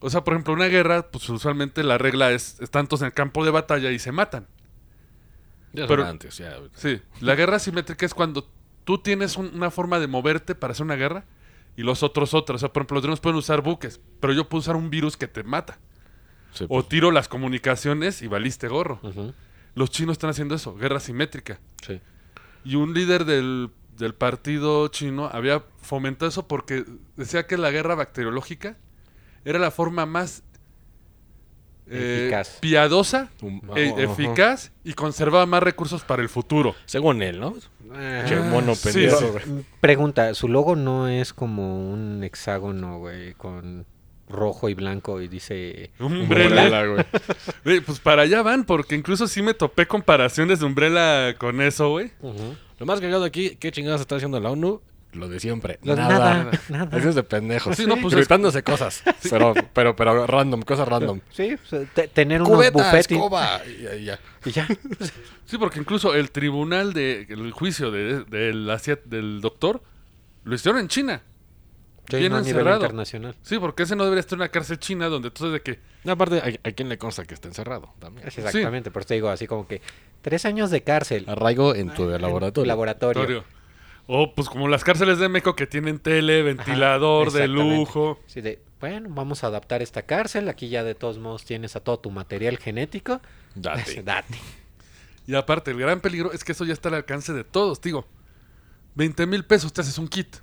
Speaker 2: O sea, por ejemplo, una guerra, pues usualmente la regla es, es tantos en el campo de batalla y se matan.
Speaker 5: Ya
Speaker 2: Pero-
Speaker 5: son antes, ya. güey.
Speaker 2: Sí, la guerra simétrica es cuando tú tienes un- una forma de moverte para hacer una guerra y los otros otra. O sea, por ejemplo, los drones pueden usar buques, pero yo puedo usar un virus que te mata.
Speaker 5: Sí,
Speaker 2: O
Speaker 5: pues,
Speaker 2: tiro las comunicaciones y valiste gorro.
Speaker 4: Ujú.
Speaker 2: Los chinos están haciendo eso, guerra simétrica.
Speaker 4: Sí.
Speaker 2: Y un líder del, del partido chino había fomentado eso porque decía que la guerra bacteriológica era la forma más eh,
Speaker 4: Eficaz.
Speaker 2: piadosa,
Speaker 5: Hum-
Speaker 2: e-
Speaker 5: Ajá.
Speaker 2: eficaz y conservaba más recursos para el futuro.
Speaker 5: Según él, ¿no?
Speaker 4: Ah,
Speaker 5: Che, mono
Speaker 2: sí,
Speaker 5: pendejo,
Speaker 2: sí.
Speaker 5: güey.
Speaker 4: Pregunta, su logo no es como un hexágono, güey, con rojo y blanco y dice...
Speaker 2: Umbrella.
Speaker 5: Umbrella, güey.
Speaker 2: Güey, pues para allá van, porque incluso sí me topé comparaciones de Umbrella con eso, güey.
Speaker 5: Lo más cagado aquí, ¿qué chingadas está haciendo la ONU? Lo de siempre.
Speaker 4: Lo-
Speaker 5: nada.
Speaker 4: nada, nada.
Speaker 5: Eso es de pendejos.
Speaker 2: Sí, no, pues,
Speaker 5: Gritándose [laughs] cosas. Pero, pero, pero random, cosas random.
Speaker 4: Sí, o sea, te- tener unos
Speaker 5: Cubeta,
Speaker 4: buffet y-
Speaker 5: escoba. Y, y ya.
Speaker 4: y ya.
Speaker 2: Sí, porque incluso el tribunal de- el juicio de- del asia- del doctor lo hicieron en China.
Speaker 4: Sí,
Speaker 2: Bien
Speaker 4: no, a nivel
Speaker 2: encerrado.
Speaker 4: internacional.
Speaker 2: Sí, porque ese no debería estar en una cárcel china donde entonces de que
Speaker 5: No, aparte, ¿a, a quién le consta que está encerrado? También.
Speaker 4: Es Exactamente, por eso te digo así como que tres años de cárcel.
Speaker 5: Arraigo en tu Ah, laboratorio.
Speaker 4: Laboratorio.
Speaker 2: Torio. O pues como las cárceles de México que tienen tele,
Speaker 4: Ajá,
Speaker 2: ventilador de
Speaker 4: exactamente.
Speaker 2: lujo.
Speaker 4: Sí, de, bueno, vamos a adaptar esta cárcel. Aquí ya de todos modos tienes a todo tu material genético. [laughs]
Speaker 5: Date.
Speaker 4: Date.
Speaker 2: Y aparte, el gran peligro es que eso ya está al alcance de todos, digo. 20 mil pesos te haces un kit.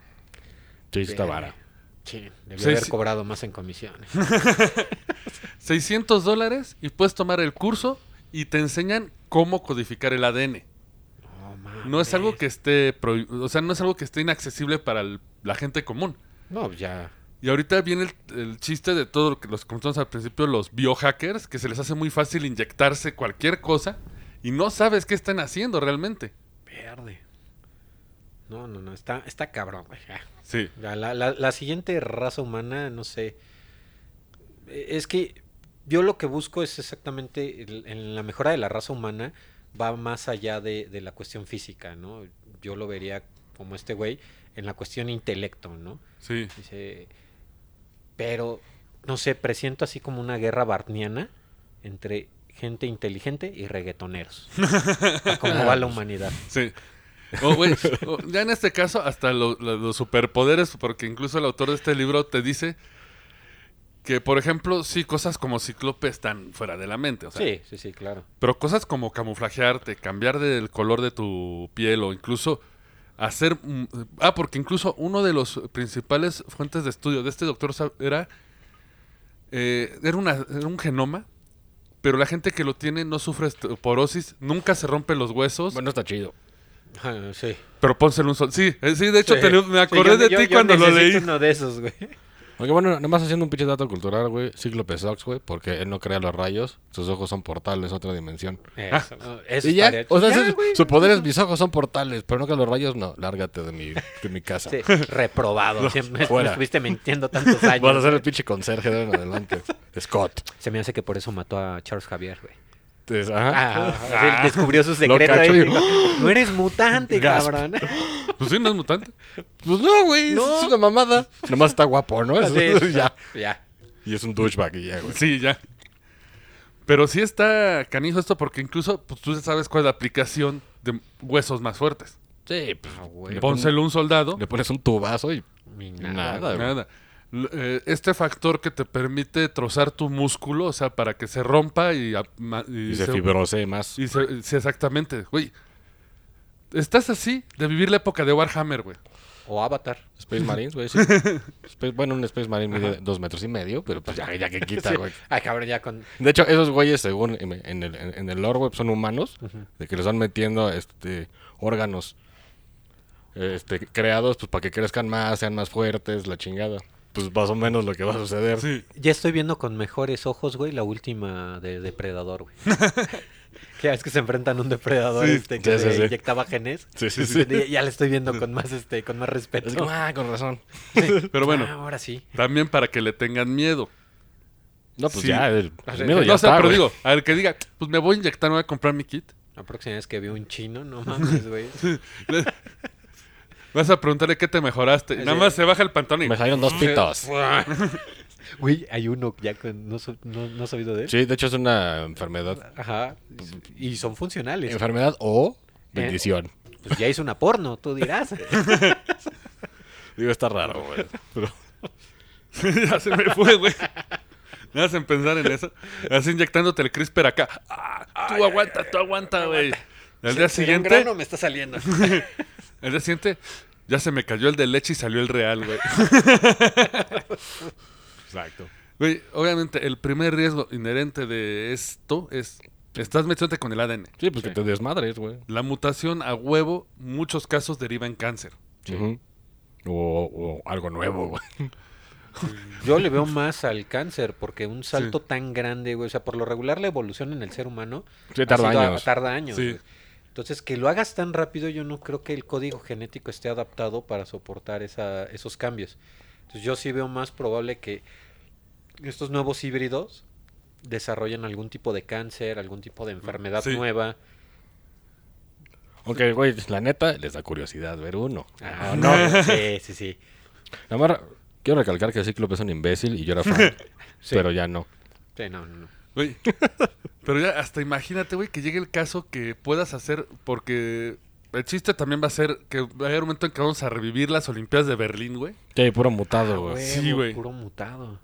Speaker 5: Sí, está vara.
Speaker 4: Sí, debí
Speaker 2: Sí,
Speaker 4: haber
Speaker 2: sí.
Speaker 4: cobrado más
Speaker 2: [laughs]
Speaker 4: en comisiones.
Speaker 2: 600 dólares y puedes tomar el curso y te enseñan cómo codificar el ADN.
Speaker 4: No, mames.
Speaker 2: No es algo que esté, prohi- o sea, no es algo que esté inaccesible para el- la gente común.
Speaker 4: No, ya.
Speaker 2: Y ahorita viene el, el chiste de todo lo que los comentamos al principio, los biohackers, que se les hace muy fácil inyectarse cualquier cosa y no sabes qué están haciendo realmente.
Speaker 4: Verde. No, no, no. Está, está cabrón, güey. Ah. Ya.
Speaker 2: Sí.
Speaker 4: Ya, la, la- la siguiente raza humana, no sé. Eh, Es que yo lo que busco es exactamente el- en la mejora de la raza humana va más allá de, de la cuestión física, ¿no? Yo lo vería como este güey en la cuestión intelecto, ¿no?
Speaker 2: Sí.
Speaker 4: Dice, pero, no sé, presiento así como una guerra barniana entre gente inteligente
Speaker 2: [laughs]
Speaker 4: y reggaetoneros. A ¿Cómo va la humanidad?
Speaker 2: Sí. O, güey, o, ya en este caso, hasta lo- lo- los superpoderes, porque incluso el autor de este libro te dice que, por ejemplo, sí, cosas como cíclope están fuera de la mente. O sea,
Speaker 4: Sí, sí, sí, claro. [laughs]
Speaker 2: Pero cosas como camuflajearte, cambiar del color de tu piel o incluso hacer... mm, Ah, porque incluso uno de los principales fuentes de estudio de este doctor Sa- era... eh, era, una- era un genoma, pero la gente que lo tiene no sufre osteoporosis, nunca se rompe los huesos.
Speaker 5: Bueno, está chido.
Speaker 4: Ah, Sí.
Speaker 2: Pero pónselo un sol. Sí, eh, sí, de hecho
Speaker 4: Sí.
Speaker 2: te lo- me
Speaker 4: Sí,
Speaker 2: acordé
Speaker 4: yo-
Speaker 2: de
Speaker 4: yo-
Speaker 2: ti
Speaker 4: yo
Speaker 2: cuando lo
Speaker 4: necesito
Speaker 2: leí.
Speaker 4: uno de esos, güey.
Speaker 5: Aunque bueno, nomás haciendo un pinche dato cultural, güey. Cíclope Sox, güey, porque él no crea los rayos. Sus ojos son portales, otra dimensión.
Speaker 2: Ah.
Speaker 4: Eso, no, eso
Speaker 5: Y ya,
Speaker 4: estaría-
Speaker 5: o sea,
Speaker 4: ya,
Speaker 5: ese es-
Speaker 4: güey,
Speaker 5: su
Speaker 4: no,
Speaker 5: poder es
Speaker 4: no.
Speaker 5: mis ojos son portales, pero no crea los rayos, no. Lárgate de mi, de mi casa.
Speaker 4: Sí, reprobado.
Speaker 5: [laughs]
Speaker 4: Siempre me- me,
Speaker 5: fuera.
Speaker 4: estuviste mintiendo tantos años.
Speaker 5: [laughs] Vas a ser el
Speaker 4: güey.
Speaker 5: pinche conserje de ahora en adelante. Scott.
Speaker 4: Se me hace que por eso mató a Charles Javier, güey.
Speaker 5: Entonces, ajá.
Speaker 4: Ah, él descubrió su secreto.
Speaker 5: cachó
Speaker 4: y
Speaker 5: y-
Speaker 4: dijo, [gasps] no eres mutante,
Speaker 5: Gasp. [laughs]
Speaker 4: cabrón. [laughs]
Speaker 2: Pues sí, no es mutante.
Speaker 5: Pues no, güey.
Speaker 4: No.
Speaker 5: Es una mamada. Nomás está guapo, ¿no?
Speaker 4: Así
Speaker 5: Es- [laughs]
Speaker 4: es.
Speaker 5: ya.
Speaker 4: Ya.
Speaker 5: Y es un douchebag y ya, güey.
Speaker 2: Sí, ya. Pero sí está canijo esto porque incluso pues, tú ya sabes cuál es la aplicación de huesos más fuertes.
Speaker 5: Sí, pues,
Speaker 4: Ah, güey.
Speaker 2: Pónselo a un soldado.
Speaker 5: Le pones un tubazo y
Speaker 4: Ni
Speaker 5: nada,
Speaker 4: Nada.
Speaker 5: güey.
Speaker 2: Nada. L- eh, este factor que te permite trozar tu músculo, o sea, para que se rompa y, a- ma- y
Speaker 5: Y se fibrose más.
Speaker 2: y se- sí, exactamente, güey. Estás así de vivir la época de Warhammer, güey.
Speaker 4: O Avatar.
Speaker 5: Space Marines, güey, sí. Space- bueno, un Space Marine mide dos metros y medio, pero pues ya, ya que quita, güey.
Speaker 4: Ay, cabrón, ya con.
Speaker 5: De hecho, esos güeyes, según en en el, en en el lore, güey, son humanos, de que les van metiendo este órganos este, creados pues para que crezcan más, sean más fuertes, la chingada. Pues más o menos lo que va a suceder.
Speaker 2: Sí.
Speaker 4: Ya estoy viendo con mejores ojos, güey, la última de Depredador,
Speaker 5: [laughs]
Speaker 4: güey. que es que se enfrentan a un depredador
Speaker 5: Sí,
Speaker 4: este, que
Speaker 5: sí,
Speaker 4: le
Speaker 5: sí, sí.
Speaker 4: inyectaba genes.
Speaker 5: Sí,
Speaker 4: [laughs]
Speaker 5: sí, sí.
Speaker 4: Ya, ya le estoy viendo con más este, con más respeto.
Speaker 5: Así como, ah, con razón.
Speaker 2: Pero
Speaker 5: [laughs]
Speaker 4: Ah,
Speaker 2: bueno,
Speaker 4: ahora sí.
Speaker 2: también para que le tengan miedo.
Speaker 5: No, pues
Speaker 2: Sí.
Speaker 5: ya, el, el
Speaker 4: sea,
Speaker 5: miedo
Speaker 2: eh, No,
Speaker 5: ya
Speaker 2: o sea,
Speaker 5: está,
Speaker 2: pero
Speaker 5: güey.
Speaker 2: pues digo, al que diga, pues me voy a inyectar, me voy a comprar mi kit.
Speaker 4: La próxima vez que vi un chino, no mames,
Speaker 5: [laughs]
Speaker 4: güey.
Speaker 2: Vas a preguntarle qué te mejoraste. Y Nada más se baja el pantalón y...
Speaker 5: Me salieron dos pitos.
Speaker 4: Güey, hay uno ya con, no, su- no, no has oído de él.
Speaker 5: Sí, Pues, de hecho es una enfermedad.
Speaker 4: Ajá. Y son funcionales.
Speaker 5: Enfermedad o bendición.
Speaker 4: Pues ya hizo una porno, tú
Speaker 5: [laughs]
Speaker 4: dirás. [laughs]
Speaker 5: Digo, está raro, güey. [laughs] Pero
Speaker 2: [laughs] ya se me fue, güey. Nada sin pensar en eso. Así inyectándote el CRISPR acá. Ah, tú aguanta, tú aguanta, güey. Al día siguiente,
Speaker 4: grano me está saliendo.
Speaker 2: al día siguiente, ya se me cayó el de leche y salió el real, güey. [laughs]
Speaker 5: Exacto.
Speaker 2: Güey, obviamente, el primer riesgo inherente de esto es... Estás metiéndote con el ADN.
Speaker 5: Sí, pues que te desmadres, güey.
Speaker 2: La mutación a huevo, muchos casos deriva en cáncer.
Speaker 5: Ujú. o, o algo nuevo, güey.
Speaker 4: Yo le veo más al cáncer porque un salto tan grande, güey, o sea, por lo regular la evolución en el ser humano
Speaker 5: Sí,
Speaker 4: ha
Speaker 5: tarda
Speaker 4: sido a-
Speaker 5: años.
Speaker 4: tarda años,
Speaker 2: Sí.
Speaker 4: güey. Entonces, que lo hagas tan rápido, yo no creo que el código genético esté adaptado para soportar esa, esos cambios. Entonces, yo sí veo más probable que estos nuevos híbridos desarrollen algún tipo de cáncer, algún tipo de enfermedad
Speaker 2: Sí.
Speaker 4: nueva.
Speaker 5: Aunque, güey, la neta, les da curiosidad ver uno.
Speaker 4: Ah, no, sí, sí, sí.
Speaker 5: Nada más, quiero recalcar que Cíclope es un imbécil y yo era fan.
Speaker 4: [laughs] Sí.
Speaker 5: Pero ya no.
Speaker 4: Sí, no, no, no.
Speaker 2: Güey, [laughs] pero ya hasta imagínate, güey, que llegue el caso que puedas hacer, porque el chiste también va a ser que va a haber un momento en que vamos a revivir las Olimpiadas de Berlín, güey.
Speaker 5: Sí, puro mutado, Ah, güey.
Speaker 4: Huevo,
Speaker 2: sí, güey.
Speaker 4: Puro mutado.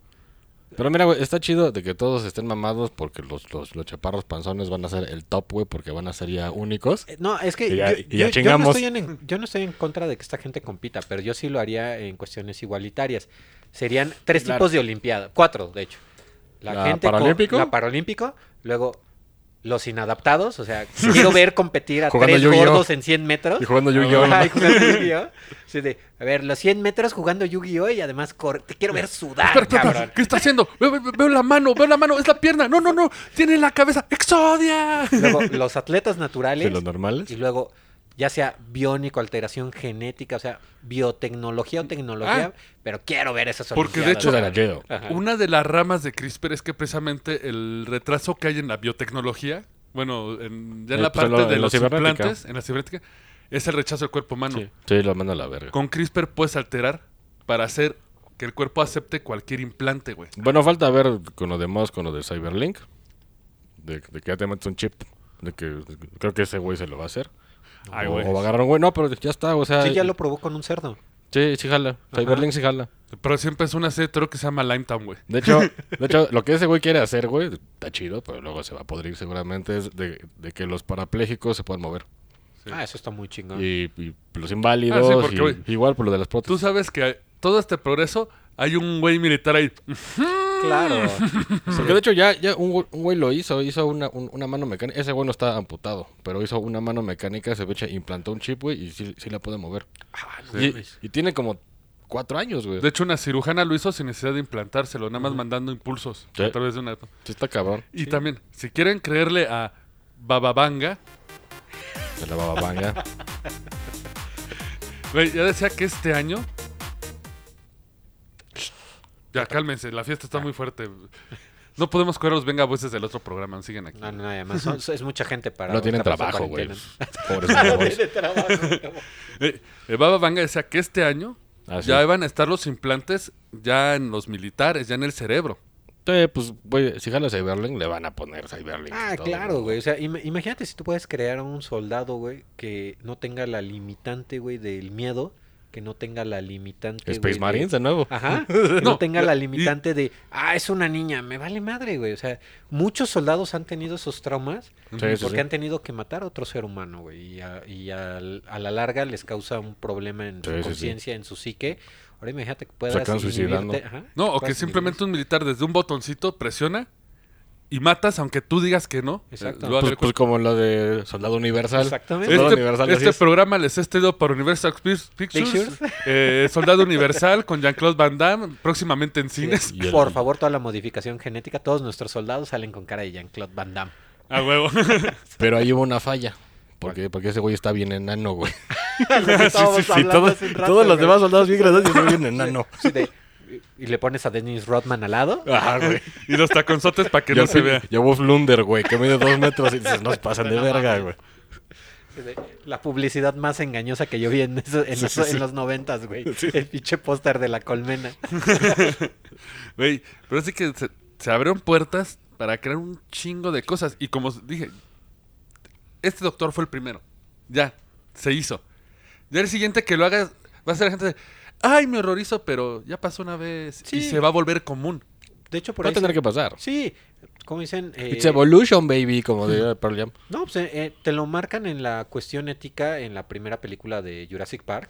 Speaker 5: Pero mira, güey, está chido de que todos estén mamados porque los, los, los chaparros panzones van a ser el top, güey, porque van a ser ya únicos.
Speaker 4: Eh, No, es que
Speaker 5: Y ya-
Speaker 4: yo,
Speaker 5: y
Speaker 4: yo-
Speaker 5: ya
Speaker 4: yo no
Speaker 5: chingamos.
Speaker 4: estoy en, yo no estoy en contra de que esta gente compita, pero yo sí lo haría en cuestiones igualitarias. Serían tres
Speaker 5: Claro.
Speaker 4: tipos de Olimpiada, cuatro de hecho.
Speaker 5: ¿La
Speaker 4: co-
Speaker 5: Paralímpico?
Speaker 4: la Paralímpico, luego los inadaptados, o
Speaker 5: [laughs]
Speaker 4: sea, quiero ver competir a
Speaker 5: Jugando
Speaker 4: tres
Speaker 5: Yu-Gi-Oh.
Speaker 4: gordos en 100 metros.
Speaker 5: Y jugando Yu-Gi-Oh,
Speaker 4: Ajá,
Speaker 5: ¿no? [laughs]
Speaker 4: y jugando Yu-Gi-Oh. Sí, de, a ver, los 100 metros jugando Yu-Gi-Oh y además cor- te quiero ver sudar,
Speaker 2: Espera, espera, espera,
Speaker 4: cabrón.
Speaker 2: ¿Qué está haciendo? Veo, veo- veo la mano, veo la mano, es la pierna. No, no, no, tiene la cabeza. ¡Exodia!
Speaker 4: Luego los atletas naturales.
Speaker 5: De los normales.
Speaker 4: Y luego, ya sea biónico, alteración genética, o sea, biotecnología o tecnología, pero quiero ver esas
Speaker 2: Porque de
Speaker 5: Eso
Speaker 4: olimpiadas.
Speaker 5: de la Jedo.
Speaker 4: Ajá.
Speaker 2: Una de las ramas de CRISPR es que precisamente el retraso que hay en la biotecnología, bueno, en- ya en
Speaker 5: Eh,
Speaker 2: la
Speaker 5: pues,
Speaker 2: parte
Speaker 5: en lo-
Speaker 2: de
Speaker 5: en la
Speaker 2: los
Speaker 5: cibernética.
Speaker 2: implantes, en la cibernética, es el rechazo del cuerpo humano.
Speaker 5: Sí. Sí, lo mando a la verga.
Speaker 2: Con CRISPR puedes alterar para hacer que el cuerpo acepte cualquier implante, güey.
Speaker 5: Bueno, falta ver con lo de Musk, con lo de Cyberlink. De, de que ya te metes un chip. De que de que- creo que ese güey se lo va a hacer.
Speaker 2: Ay,
Speaker 5: o,
Speaker 2: güey.
Speaker 5: o va a agarrar un güey. No, pero ya está, o sea.
Speaker 4: Sí, ya lo probó con un cerdo.
Speaker 5: Sí, sí jala. Cyberlink sí jala.
Speaker 2: Pero siempre es una serie de terror que se llama Limetown, güey.
Speaker 5: De hecho, de hecho, lo que ese güey quiere hacer, güey, está chido, pero luego se va a podrir seguramente, es de, de que los parapléjicos se puedan mover.
Speaker 4: Ah, eso está muy chingón.
Speaker 5: Y, y los inválidos,
Speaker 2: Ah, sí, porque,
Speaker 5: y-
Speaker 2: güey,
Speaker 5: igual por lo de las
Speaker 2: Tú
Speaker 5: prótesis.
Speaker 2: sabes que todo este progreso hay un güey militar ahí.
Speaker 4: [laughs] Claro.
Speaker 5: Porque de hecho ya, ya un, güey- un güey lo hizo, hizo una, un- una mano mecánica. Ese güey no está amputado, pero hizo una mano mecánica, se fecha, implantó un chip, güey, y sí, sí la puede mover.
Speaker 4: Ah,
Speaker 5: y, y tiene como cuatro años, güey.
Speaker 2: De hecho, una cirujana lo hizo sin necesidad de implantárselo, nada más mandando impulsos
Speaker 5: Sí.
Speaker 2: a través de una...
Speaker 5: Sí está cabrón.
Speaker 2: Y también, si quieren creerle a Bababanga,
Speaker 5: Se la
Speaker 2: [laughs]
Speaker 5: bababanga.
Speaker 2: güey, ya decía que este año... Ya, cálmense, la fiesta está muy fuerte. No podemos coger los venga voces del otro programa, siguen aquí.
Speaker 4: No, no, además son- es mucha gente para.
Speaker 5: no tienen
Speaker 4: esta
Speaker 5: trabajo, güey.
Speaker 4: cuarentena. [laughs]
Speaker 5: Pobres chavos.
Speaker 4: De
Speaker 5: [laughs]
Speaker 4: trabajo.
Speaker 2: Eh, eh, Baba Vanga decía que este año
Speaker 5: Ah, sí.
Speaker 2: ya van a estar los implantes ya en los militares, ya en el cerebro.
Speaker 5: Sí, pues, güey, si jala Cyberlink, le van a poner Cyberlink.
Speaker 4: Ah,
Speaker 5: y todo,
Speaker 4: claro, güey. O sea, im- imagínate si tú puedes crear a un soldado, güey, que no tenga la limitante, güey, del miedo, que no tenga la limitante. güey,
Speaker 5: Space
Speaker 4: de-
Speaker 5: Marines, de
Speaker 4: [laughs]
Speaker 5: nuevo.
Speaker 4: Ajá. Que no,
Speaker 2: No,
Speaker 4: tenga
Speaker 2: la-
Speaker 4: la limitante de, ah, es una niña, me vale madre, güey. O sea, muchos soldados han tenido esos traumas
Speaker 5: Sí, sí,
Speaker 4: porque
Speaker 5: sí.
Speaker 4: han tenido que matar a otro ser humano, güey. Y, a, y al- a la larga les causa un problema en
Speaker 5: Sí, sí,
Speaker 4: su
Speaker 5: sí.
Speaker 4: conciencia, en su psique. Ahora imagínate que puedas
Speaker 5: Se acaban
Speaker 4: inhibirte,
Speaker 5: suicidando.
Speaker 4: ajá,
Speaker 2: No, o que
Speaker 4: puedas
Speaker 2: simplemente un militar desde un botoncito presiona y matas aunque tú digas que no.
Speaker 4: Exacto.
Speaker 2: Eh, lo hace
Speaker 5: Pues,
Speaker 2: el
Speaker 5: pues
Speaker 2: cuerpo.
Speaker 5: como lo de Soldado Universal.
Speaker 4: Exactamente.
Speaker 5: Soldado
Speaker 2: este
Speaker 5: Universal,
Speaker 2: este
Speaker 5: así es.
Speaker 2: programa les he traído por Universal Pic- Pictures,
Speaker 4: Pictures.
Speaker 2: eh, Soldado Universal con Jean-Claude Van Damme, próximamente en
Speaker 4: inhibirte.
Speaker 2: cines.
Speaker 5: Y el-
Speaker 4: Por favor, toda la modificación genética, todos nuestros soldados salen con cara de Jean-Claude Van [laughs] Damme.
Speaker 2: A huevo. [laughs]
Speaker 5: Pero ahí hubo una
Speaker 4: [laughs]
Speaker 5: falla. Porque, porque ese güey está bien enano, güey.
Speaker 4: Lo que estábamos hablando
Speaker 5: todos,
Speaker 4: hace un rato,
Speaker 5: todos los
Speaker 4: güey. [laughs]
Speaker 5: demás soldados bien grandes y bien enano.
Speaker 4: Sí, de, y le pones a Dennis Rodman al lado.
Speaker 5: Ajá, güey.
Speaker 2: Y los taconzotes para [laughs] que no se vea.
Speaker 5: Llevó Flunder, güey, que mide dos metros y dices, nos pasan de verga, güey.
Speaker 4: La publicidad más engañosa que yo vi en, eso- en, eso- en los noventas, güey. El pinche póster de la colmena.
Speaker 2: Güey, pero sí que se, se abrieron puertas para crear un chingo de cosas. Y como dije, este doctor fue el primero. Ya, se hizo. Ya el siguiente que lo haga va a ser la gente de, ay, me horrorizo, pero ya pasó una vez. Y
Speaker 4: Sí.
Speaker 2: se va a volver común.
Speaker 4: De hecho, por
Speaker 5: Va a
Speaker 4: ahí
Speaker 5: tener
Speaker 4: se-
Speaker 5: que pasar.
Speaker 4: Sí, como dicen... eh,
Speaker 5: It's evolution, baby, como diría Pearl Jam.
Speaker 4: No, pues eh, eh, te lo marcan en la cuestión ética en la primera película de Jurassic Park.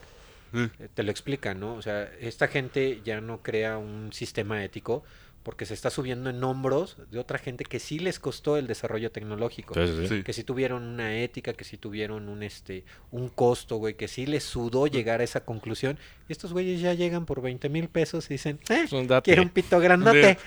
Speaker 2: Sí.
Speaker 4: Eh, Te lo explican, ¿no? O sea, esta gente ya no crea un sistema ético porque se está subiendo en hombros de otra gente que sí les costó el desarrollo tecnológico.
Speaker 5: Entonces, sí.
Speaker 2: Sí.
Speaker 4: Que sí tuvieron una ética, que sí tuvieron un este un costo, güey, que sí les sudó llegar a esa conclusión. Y estos güeyes ya llegan por 20 mil pesos y dicen, eh,
Speaker 5: Es un date.
Speaker 4: quiero un pito grandote.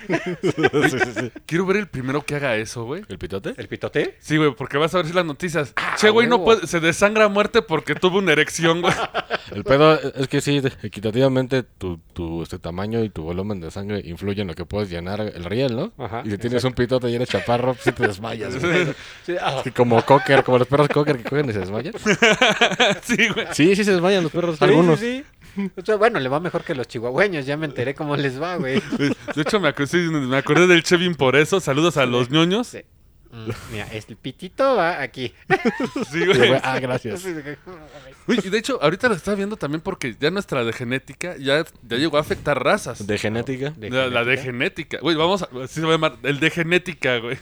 Speaker 5: Sí, sí, sí.
Speaker 2: Quiero ver el primero que haga eso, güey.
Speaker 5: ¿El pitote?
Speaker 4: [laughs] ¿El pitote?
Speaker 2: Sí, güey, porque vas a ver las noticias. che, güey, no
Speaker 4: Ah, huevo.
Speaker 2: puede, se desangra a muerte porque tuvo una erección, güey. [laughs]
Speaker 5: El pedo es que sí, equitativamente tu, tu este tamaño y tu volumen de sangre influyen en lo que puedes llenar el riel, ¿no?
Speaker 4: Ajá,
Speaker 5: y si tienes un pitote y eres chaparro, pues sí te
Speaker 4: [laughs]
Speaker 5: desmayas. güey.
Speaker 4: Sí, ah,
Speaker 5: Que como cocker, como los perros cocker que cogen y se desmayan.
Speaker 2: sí, güey.
Speaker 5: Sí, sí se desmayan los perros.
Speaker 4: Sí,
Speaker 5: algunos.
Speaker 4: sí, sí. O sea, bueno, le va mejor que los chihuahueños, ya me enteré cómo les va,
Speaker 5: [laughs]
Speaker 4: güey.
Speaker 2: Eh, De hecho, me acordé, sí, me acordé del Chevin por eso. Saludos a los ñoños.
Speaker 4: Sí. Mm, Mira, este pitito va aquí.
Speaker 2: Sí,
Speaker 5: Sí,
Speaker 2: güey.
Speaker 5: güey. Ah,
Speaker 4: [laughs]
Speaker 5: gracias.
Speaker 2: Uy, y de hecho, ahorita lo está viendo también porque ya nuestra de genética ya, ya llegó a afectar razas.
Speaker 5: De genética.
Speaker 2: la, la de genética. Güey, vamos a. Así se va a llamar. El de genética, güey.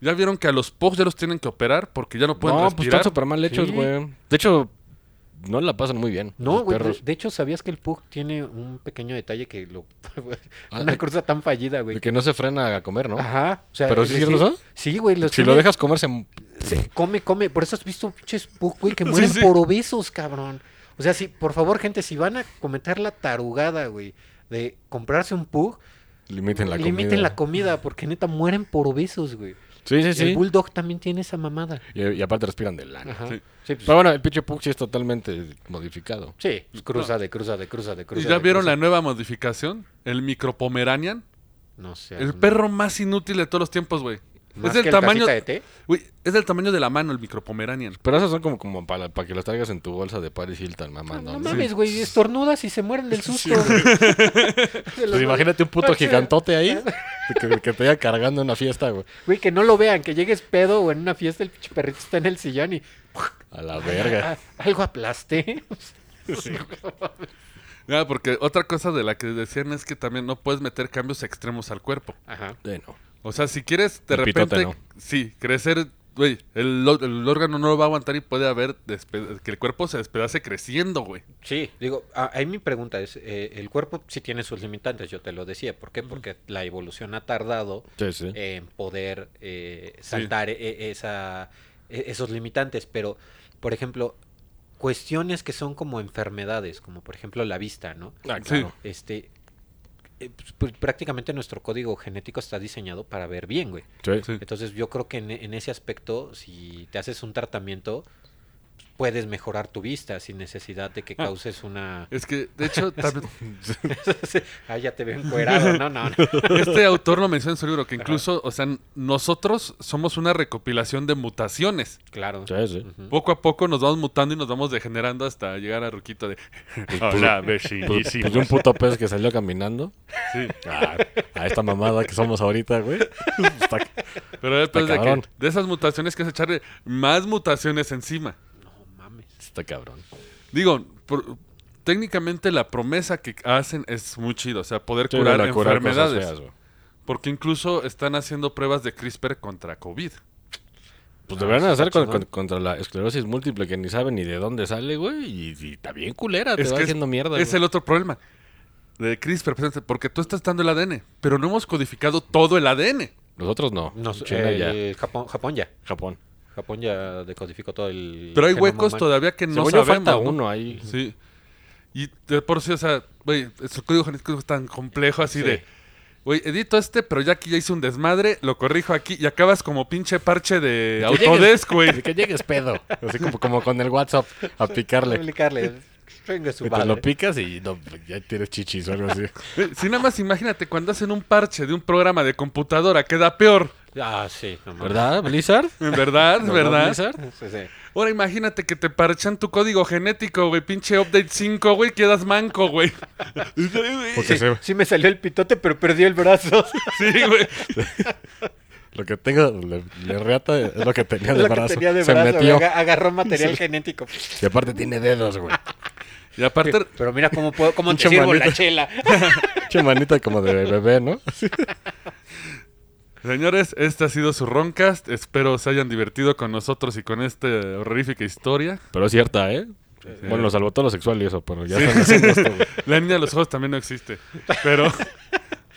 Speaker 2: Ya vieron que a los POC ya los tienen que operar porque ya no pueden
Speaker 5: No, pues
Speaker 2: respirar.
Speaker 5: están súper mal hechos,
Speaker 4: Sí.
Speaker 5: güey. De hecho, no la pasan muy bien.
Speaker 4: No,
Speaker 5: los
Speaker 4: güey, de,
Speaker 5: perros.
Speaker 4: de hecho, ¿sabías que el Pug tiene un pequeño detalle que lo... [laughs]
Speaker 5: Ah,
Speaker 4: una
Speaker 5: eh.
Speaker 4: cruza tan fallida,
Speaker 5: De
Speaker 4: güey.
Speaker 5: que no se frena a comer, ¿no?
Speaker 4: Ajá. O sea,
Speaker 5: ¿Pero
Speaker 4: es
Speaker 5: sí es
Speaker 4: decir,
Speaker 5: ruso?
Speaker 4: Sí, güey. los
Speaker 5: Si lo
Speaker 4: tiene-
Speaker 5: dejas comer, se...
Speaker 4: se- Come, come. Por eso has visto pinches Pug, güey,
Speaker 5: [laughs]
Speaker 4: que mueren
Speaker 2: sí.
Speaker 4: por obesos, cabrón. O sea, sí, por favor, gente, si van a cometer la tarugada, güey, de comprarse un Pug,
Speaker 5: limiten la comida.
Speaker 4: limiten la comida, porque neta mueren por obesos, güey.
Speaker 5: Sí, sí,
Speaker 4: El
Speaker 5: sí.
Speaker 4: bulldog también tiene esa mamada.
Speaker 5: Y, y aparte respiran de lana.
Speaker 4: Ajá. Sí,
Speaker 2: Sí.
Speaker 4: pues,
Speaker 5: Pero bueno, el pinche Pug sí es totalmente modificado.
Speaker 4: sí, pues, cruza de cruza de cruza de
Speaker 2: ¿Y
Speaker 4: cruza.
Speaker 2: ya
Speaker 4: de
Speaker 2: vieron
Speaker 4: cruza.
Speaker 2: la nueva modificación? El micropomeranian.
Speaker 4: No sé.
Speaker 2: El
Speaker 4: alguna-
Speaker 2: perro más inútil de todos los tiempos, güey.
Speaker 4: ¿Más
Speaker 2: Es del
Speaker 4: que el
Speaker 2: tamaño.
Speaker 4: tacita de té?
Speaker 2: Güey, es del tamaño de la mano el micropomeranian.
Speaker 5: Pero esos son como, como para, para que los traigas en tu bolsa de Paris Hilton, mamá.
Speaker 4: No
Speaker 5: ¿no?
Speaker 4: mames, güey, estornudas y se mueren del susto. [laughs] güey. Se los-
Speaker 5: Pues imagínate un puto
Speaker 4: Ah, sí.
Speaker 5: gigantote ahí [laughs] que, que te vaya cargando en una fiesta, güey.
Speaker 4: Güey, que no lo vean, que llegues pedo o en una fiesta el pinche perrito está en el sillón y
Speaker 5: A la verga.
Speaker 4: ah, algo aplasté. [laughs]
Speaker 2: Ah, porque otra cosa de la que decían es que también no puedes meter cambios extremos al cuerpo.
Speaker 4: Ajá.
Speaker 5: Sí, no.
Speaker 2: O sea, si quieres de
Speaker 5: El
Speaker 2: repente,
Speaker 5: pitote
Speaker 2: sí, crecer, güey, el, lo- el órgano no lo va a aguantar y puede haber despe- que el cuerpo se despedace creciendo, güey.
Speaker 4: Sí, digo, a- ahí mi pregunta es, eh, el cuerpo sí tiene sus limitantes, yo te lo decía, ¿por qué? Porque la evolución ha tardado
Speaker 5: Sí, sí.
Speaker 4: en poder eh, saltar e- e- esa, e- esos limitantes. Pero, por ejemplo, cuestiones que son como enfermedades, como por ejemplo la vista, ¿no?
Speaker 5: Ah,
Speaker 2: Sí.
Speaker 5: claro.
Speaker 4: Este, eh, pues, pr- prácticamente nuestro código genético está diseñado para ver bien, güey.
Speaker 5: Sí.
Speaker 2: Sí.
Speaker 4: Entonces yo creo que en, en ese aspecto, si te haces un tratamiento, pues, puedes mejorar tu vista sin necesidad de
Speaker 2: Ah.
Speaker 4: que
Speaker 2: [laughs]
Speaker 4: causes una... [laughs]
Speaker 2: Es que, de
Speaker 5: [laughs]
Speaker 2: hecho, también-
Speaker 4: ah, ya te veo encuerado.
Speaker 2: [laughs]
Speaker 4: No, no, no.
Speaker 2: este autor lo menciona en su libro, que incluso, o sea, nosotros somos una recopilación de mutaciones.
Speaker 4: Claro.
Speaker 5: Sí, sí.
Speaker 4: Ujú.
Speaker 2: Poco a poco nos vamos mutando y nos vamos degenerando hasta llegar a Ruquito
Speaker 5: [laughs]
Speaker 2: de... Hola,
Speaker 5: Pues,
Speaker 2: bellísimo.
Speaker 5: pues de un puto pez que salió caminando
Speaker 2: Sí.
Speaker 5: a, a esta mamada que somos ahorita, güey. [laughs] Está-
Speaker 2: Pero después de, que,
Speaker 5: cabrón.
Speaker 2: de esas mutaciones que es echarle más mutaciones encima.
Speaker 4: No mames.
Speaker 5: está cabrón.
Speaker 2: Digo, por- técnicamente la promesa que hacen es muy chido, o sea, poder
Speaker 5: Sí,
Speaker 2: curar
Speaker 5: la curar cosas
Speaker 2: enfermedades.
Speaker 5: feas, güey.
Speaker 2: porque incluso están haciendo pruebas de CRISPR contra COVID.
Speaker 5: Pues
Speaker 4: No,
Speaker 5: deberían
Speaker 4: eso
Speaker 5: hacer
Speaker 4: Ah, está
Speaker 5: con-
Speaker 4: chingón.
Speaker 5: con- contra la esclerosis múltiple que ni saben ni de dónde sale, güey. Y, y está bien culera, te va
Speaker 2: que
Speaker 5: haciendo mierda.
Speaker 2: es
Speaker 5: güey.
Speaker 2: el otro problema de CRISPR, precisamente, porque tú estás dando el ADN, pero no hemos codificado todo el ADN.
Speaker 5: Nosotros no.
Speaker 4: Nos- eh,
Speaker 5: China
Speaker 4: el
Speaker 5: ya.
Speaker 4: Japón, Japón ya.
Speaker 5: Japón.
Speaker 4: Japón ya decodificó todo el.
Speaker 2: Pero hay
Speaker 4: genoma
Speaker 2: huecos
Speaker 4: humano.
Speaker 2: todavía que no
Speaker 5: Según yo
Speaker 2: sabemos.
Speaker 5: falta
Speaker 2: ¿no?
Speaker 5: uno ahí.
Speaker 2: Sí. Y de por sí, o sea, güey, su código genético es tan complejo así
Speaker 4: Sí.
Speaker 2: de. Güey, edito este, pero ya aquí ya hice un desmadre, lo corrijo aquí y acabas como pinche parche de
Speaker 5: Que llegues- [laughs]
Speaker 2: Autodesk, güey.
Speaker 5: Que llegues pedo. Así como, como con el WhatsApp a picarle.
Speaker 4: Publicarle. Chingue su
Speaker 5: Y te
Speaker 4: madre.
Speaker 5: lo picas y no, ya tienes chichis o algo
Speaker 4: [laughs]
Speaker 5: así.
Speaker 2: Si nada más imagínate cuando hacen un parche de un programa de computadora, queda peor.
Speaker 4: Ah, sí, no mames.
Speaker 5: ¿Verdad, Blizzard?
Speaker 2: En verdad,
Speaker 5: ¿No,
Speaker 2: ¿verdad?
Speaker 5: Blizzard?
Speaker 4: Sí, sí.
Speaker 2: Ahora imagínate que te parchan tu código genético, güey. Pinche update 5, güey. Quedas manco, güey.
Speaker 5: Porque se-
Speaker 4: Sí me salió el pitote, pero perdí
Speaker 5: [laughs]
Speaker 4: el brazo.
Speaker 2: Sí, güey.
Speaker 5: lo que tengo, le, le reata es lo que tenía
Speaker 4: Es
Speaker 5: de
Speaker 4: lo
Speaker 5: brazo.
Speaker 4: que tenía
Speaker 5: [laughs]
Speaker 4: de
Speaker 5: se
Speaker 4: brazo.
Speaker 5: metió.
Speaker 4: aga- Agarró material genético.
Speaker 5: Y aparte tiene dedos,
Speaker 4: [laughs]
Speaker 5: güey.
Speaker 2: Y aparte,
Speaker 4: Pero mira cómo, puedo, cómo
Speaker 5: Pinche
Speaker 4: te sirvo la
Speaker 5: manita.
Speaker 4: chela.
Speaker 5: Pinche manita como de bebé, ¿no?
Speaker 2: señores, este ha sido su Roncast. Espero se hayan divertido con nosotros y con esta horrífica historia.
Speaker 5: Pero es cierta, ¿eh? Bueno, lo salvó todo lo sexual y eso, pero ya están
Speaker 2: Sí.
Speaker 5: haciendo
Speaker 2: [laughs]
Speaker 5: esto, güey.
Speaker 2: La niña de los ojos también no existe. Pero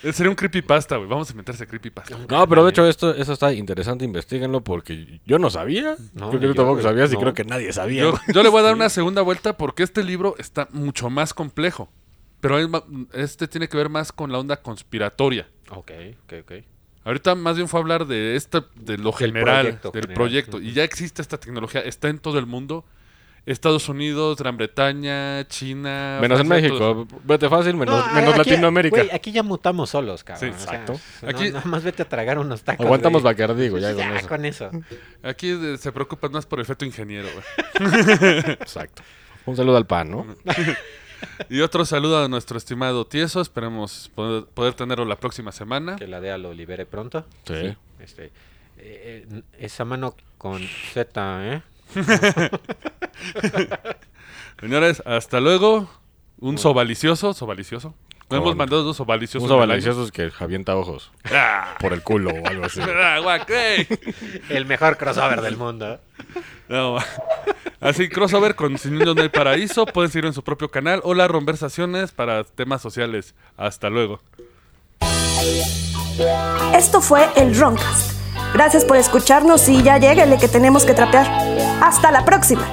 Speaker 2: eh, sería un creepypasta, güey. Vamos a inventarse creepypasta.
Speaker 5: No, pero de hecho esto, eso está interesante, investiguenlo porque yo no sabía.
Speaker 4: No,
Speaker 5: creo que tú
Speaker 4: yo,
Speaker 5: tampoco
Speaker 4: güey,
Speaker 5: sabías
Speaker 4: no.
Speaker 5: y creo que nadie sabía.
Speaker 2: Yo,
Speaker 5: güey.
Speaker 2: yo le voy a dar una segunda vuelta porque este libro está mucho más complejo. Pero hay ma- este tiene que ver más con la onda conspiratoria.
Speaker 4: Ok, ok, ok.
Speaker 2: Ahorita más bien fue hablar de esta, de lo
Speaker 4: Del
Speaker 2: general,
Speaker 4: proyecto
Speaker 2: del
Speaker 4: general.
Speaker 2: proyecto. Y ya existe esta tecnología, está en todo el mundo. Estados Unidos, Gran Bretaña, China.
Speaker 5: [laughs] Menos en
Speaker 2: Francia, todos.
Speaker 5: México. Vete fácil, menos,
Speaker 4: No,
Speaker 5: menos
Speaker 4: aquí-
Speaker 5: Latinoamérica.
Speaker 4: güey, aquí ya mutamos solos, cabrón.
Speaker 2: Sí,
Speaker 4: o sea,
Speaker 2: exacto.
Speaker 4: no,
Speaker 2: Aquí-
Speaker 4: nada más vete a tragar unos tacos.
Speaker 5: Aguantamos
Speaker 4: güey.
Speaker 5: Bacardí, güey, ya con
Speaker 4: Ya,
Speaker 5: eso.
Speaker 4: con eso.
Speaker 2: Aquí eh, se preocupan más por el feto ingeniero. güey.
Speaker 5: Exacto. Un saludo al pan, ¿no?
Speaker 2: y otro saludo a nuestro estimado Tieso. Esperemos poder, poder tenerlo la próxima semana.
Speaker 4: Que la DEA lo libere pronto.
Speaker 5: Sí.
Speaker 4: Este, eh, eh, n- esa mano con Z, ¿eh?
Speaker 2: Señores, hasta luego. Un sobalicioso, sobalicioso. No hemos
Speaker 5: Con-
Speaker 2: mandado dos sobaliciosos.
Speaker 5: Un
Speaker 2: del año.
Speaker 5: sobaliciosos que avienta ojos. Por el culo o
Speaker 2: [laughs]
Speaker 5: algo así.
Speaker 2: Ah, guac, ey.
Speaker 4: El mejor crossover del mundo.
Speaker 2: No. Así, crossover con Sin Niños No Hay Paraíso. Pueden seguir en su propio canal o las conversaciones para temas sociales. Hasta luego.
Speaker 1: Esto fue el Roncast. Gracias por escucharnos y ya lléguenle que tenemos que trapear. ¡Hasta la próxima!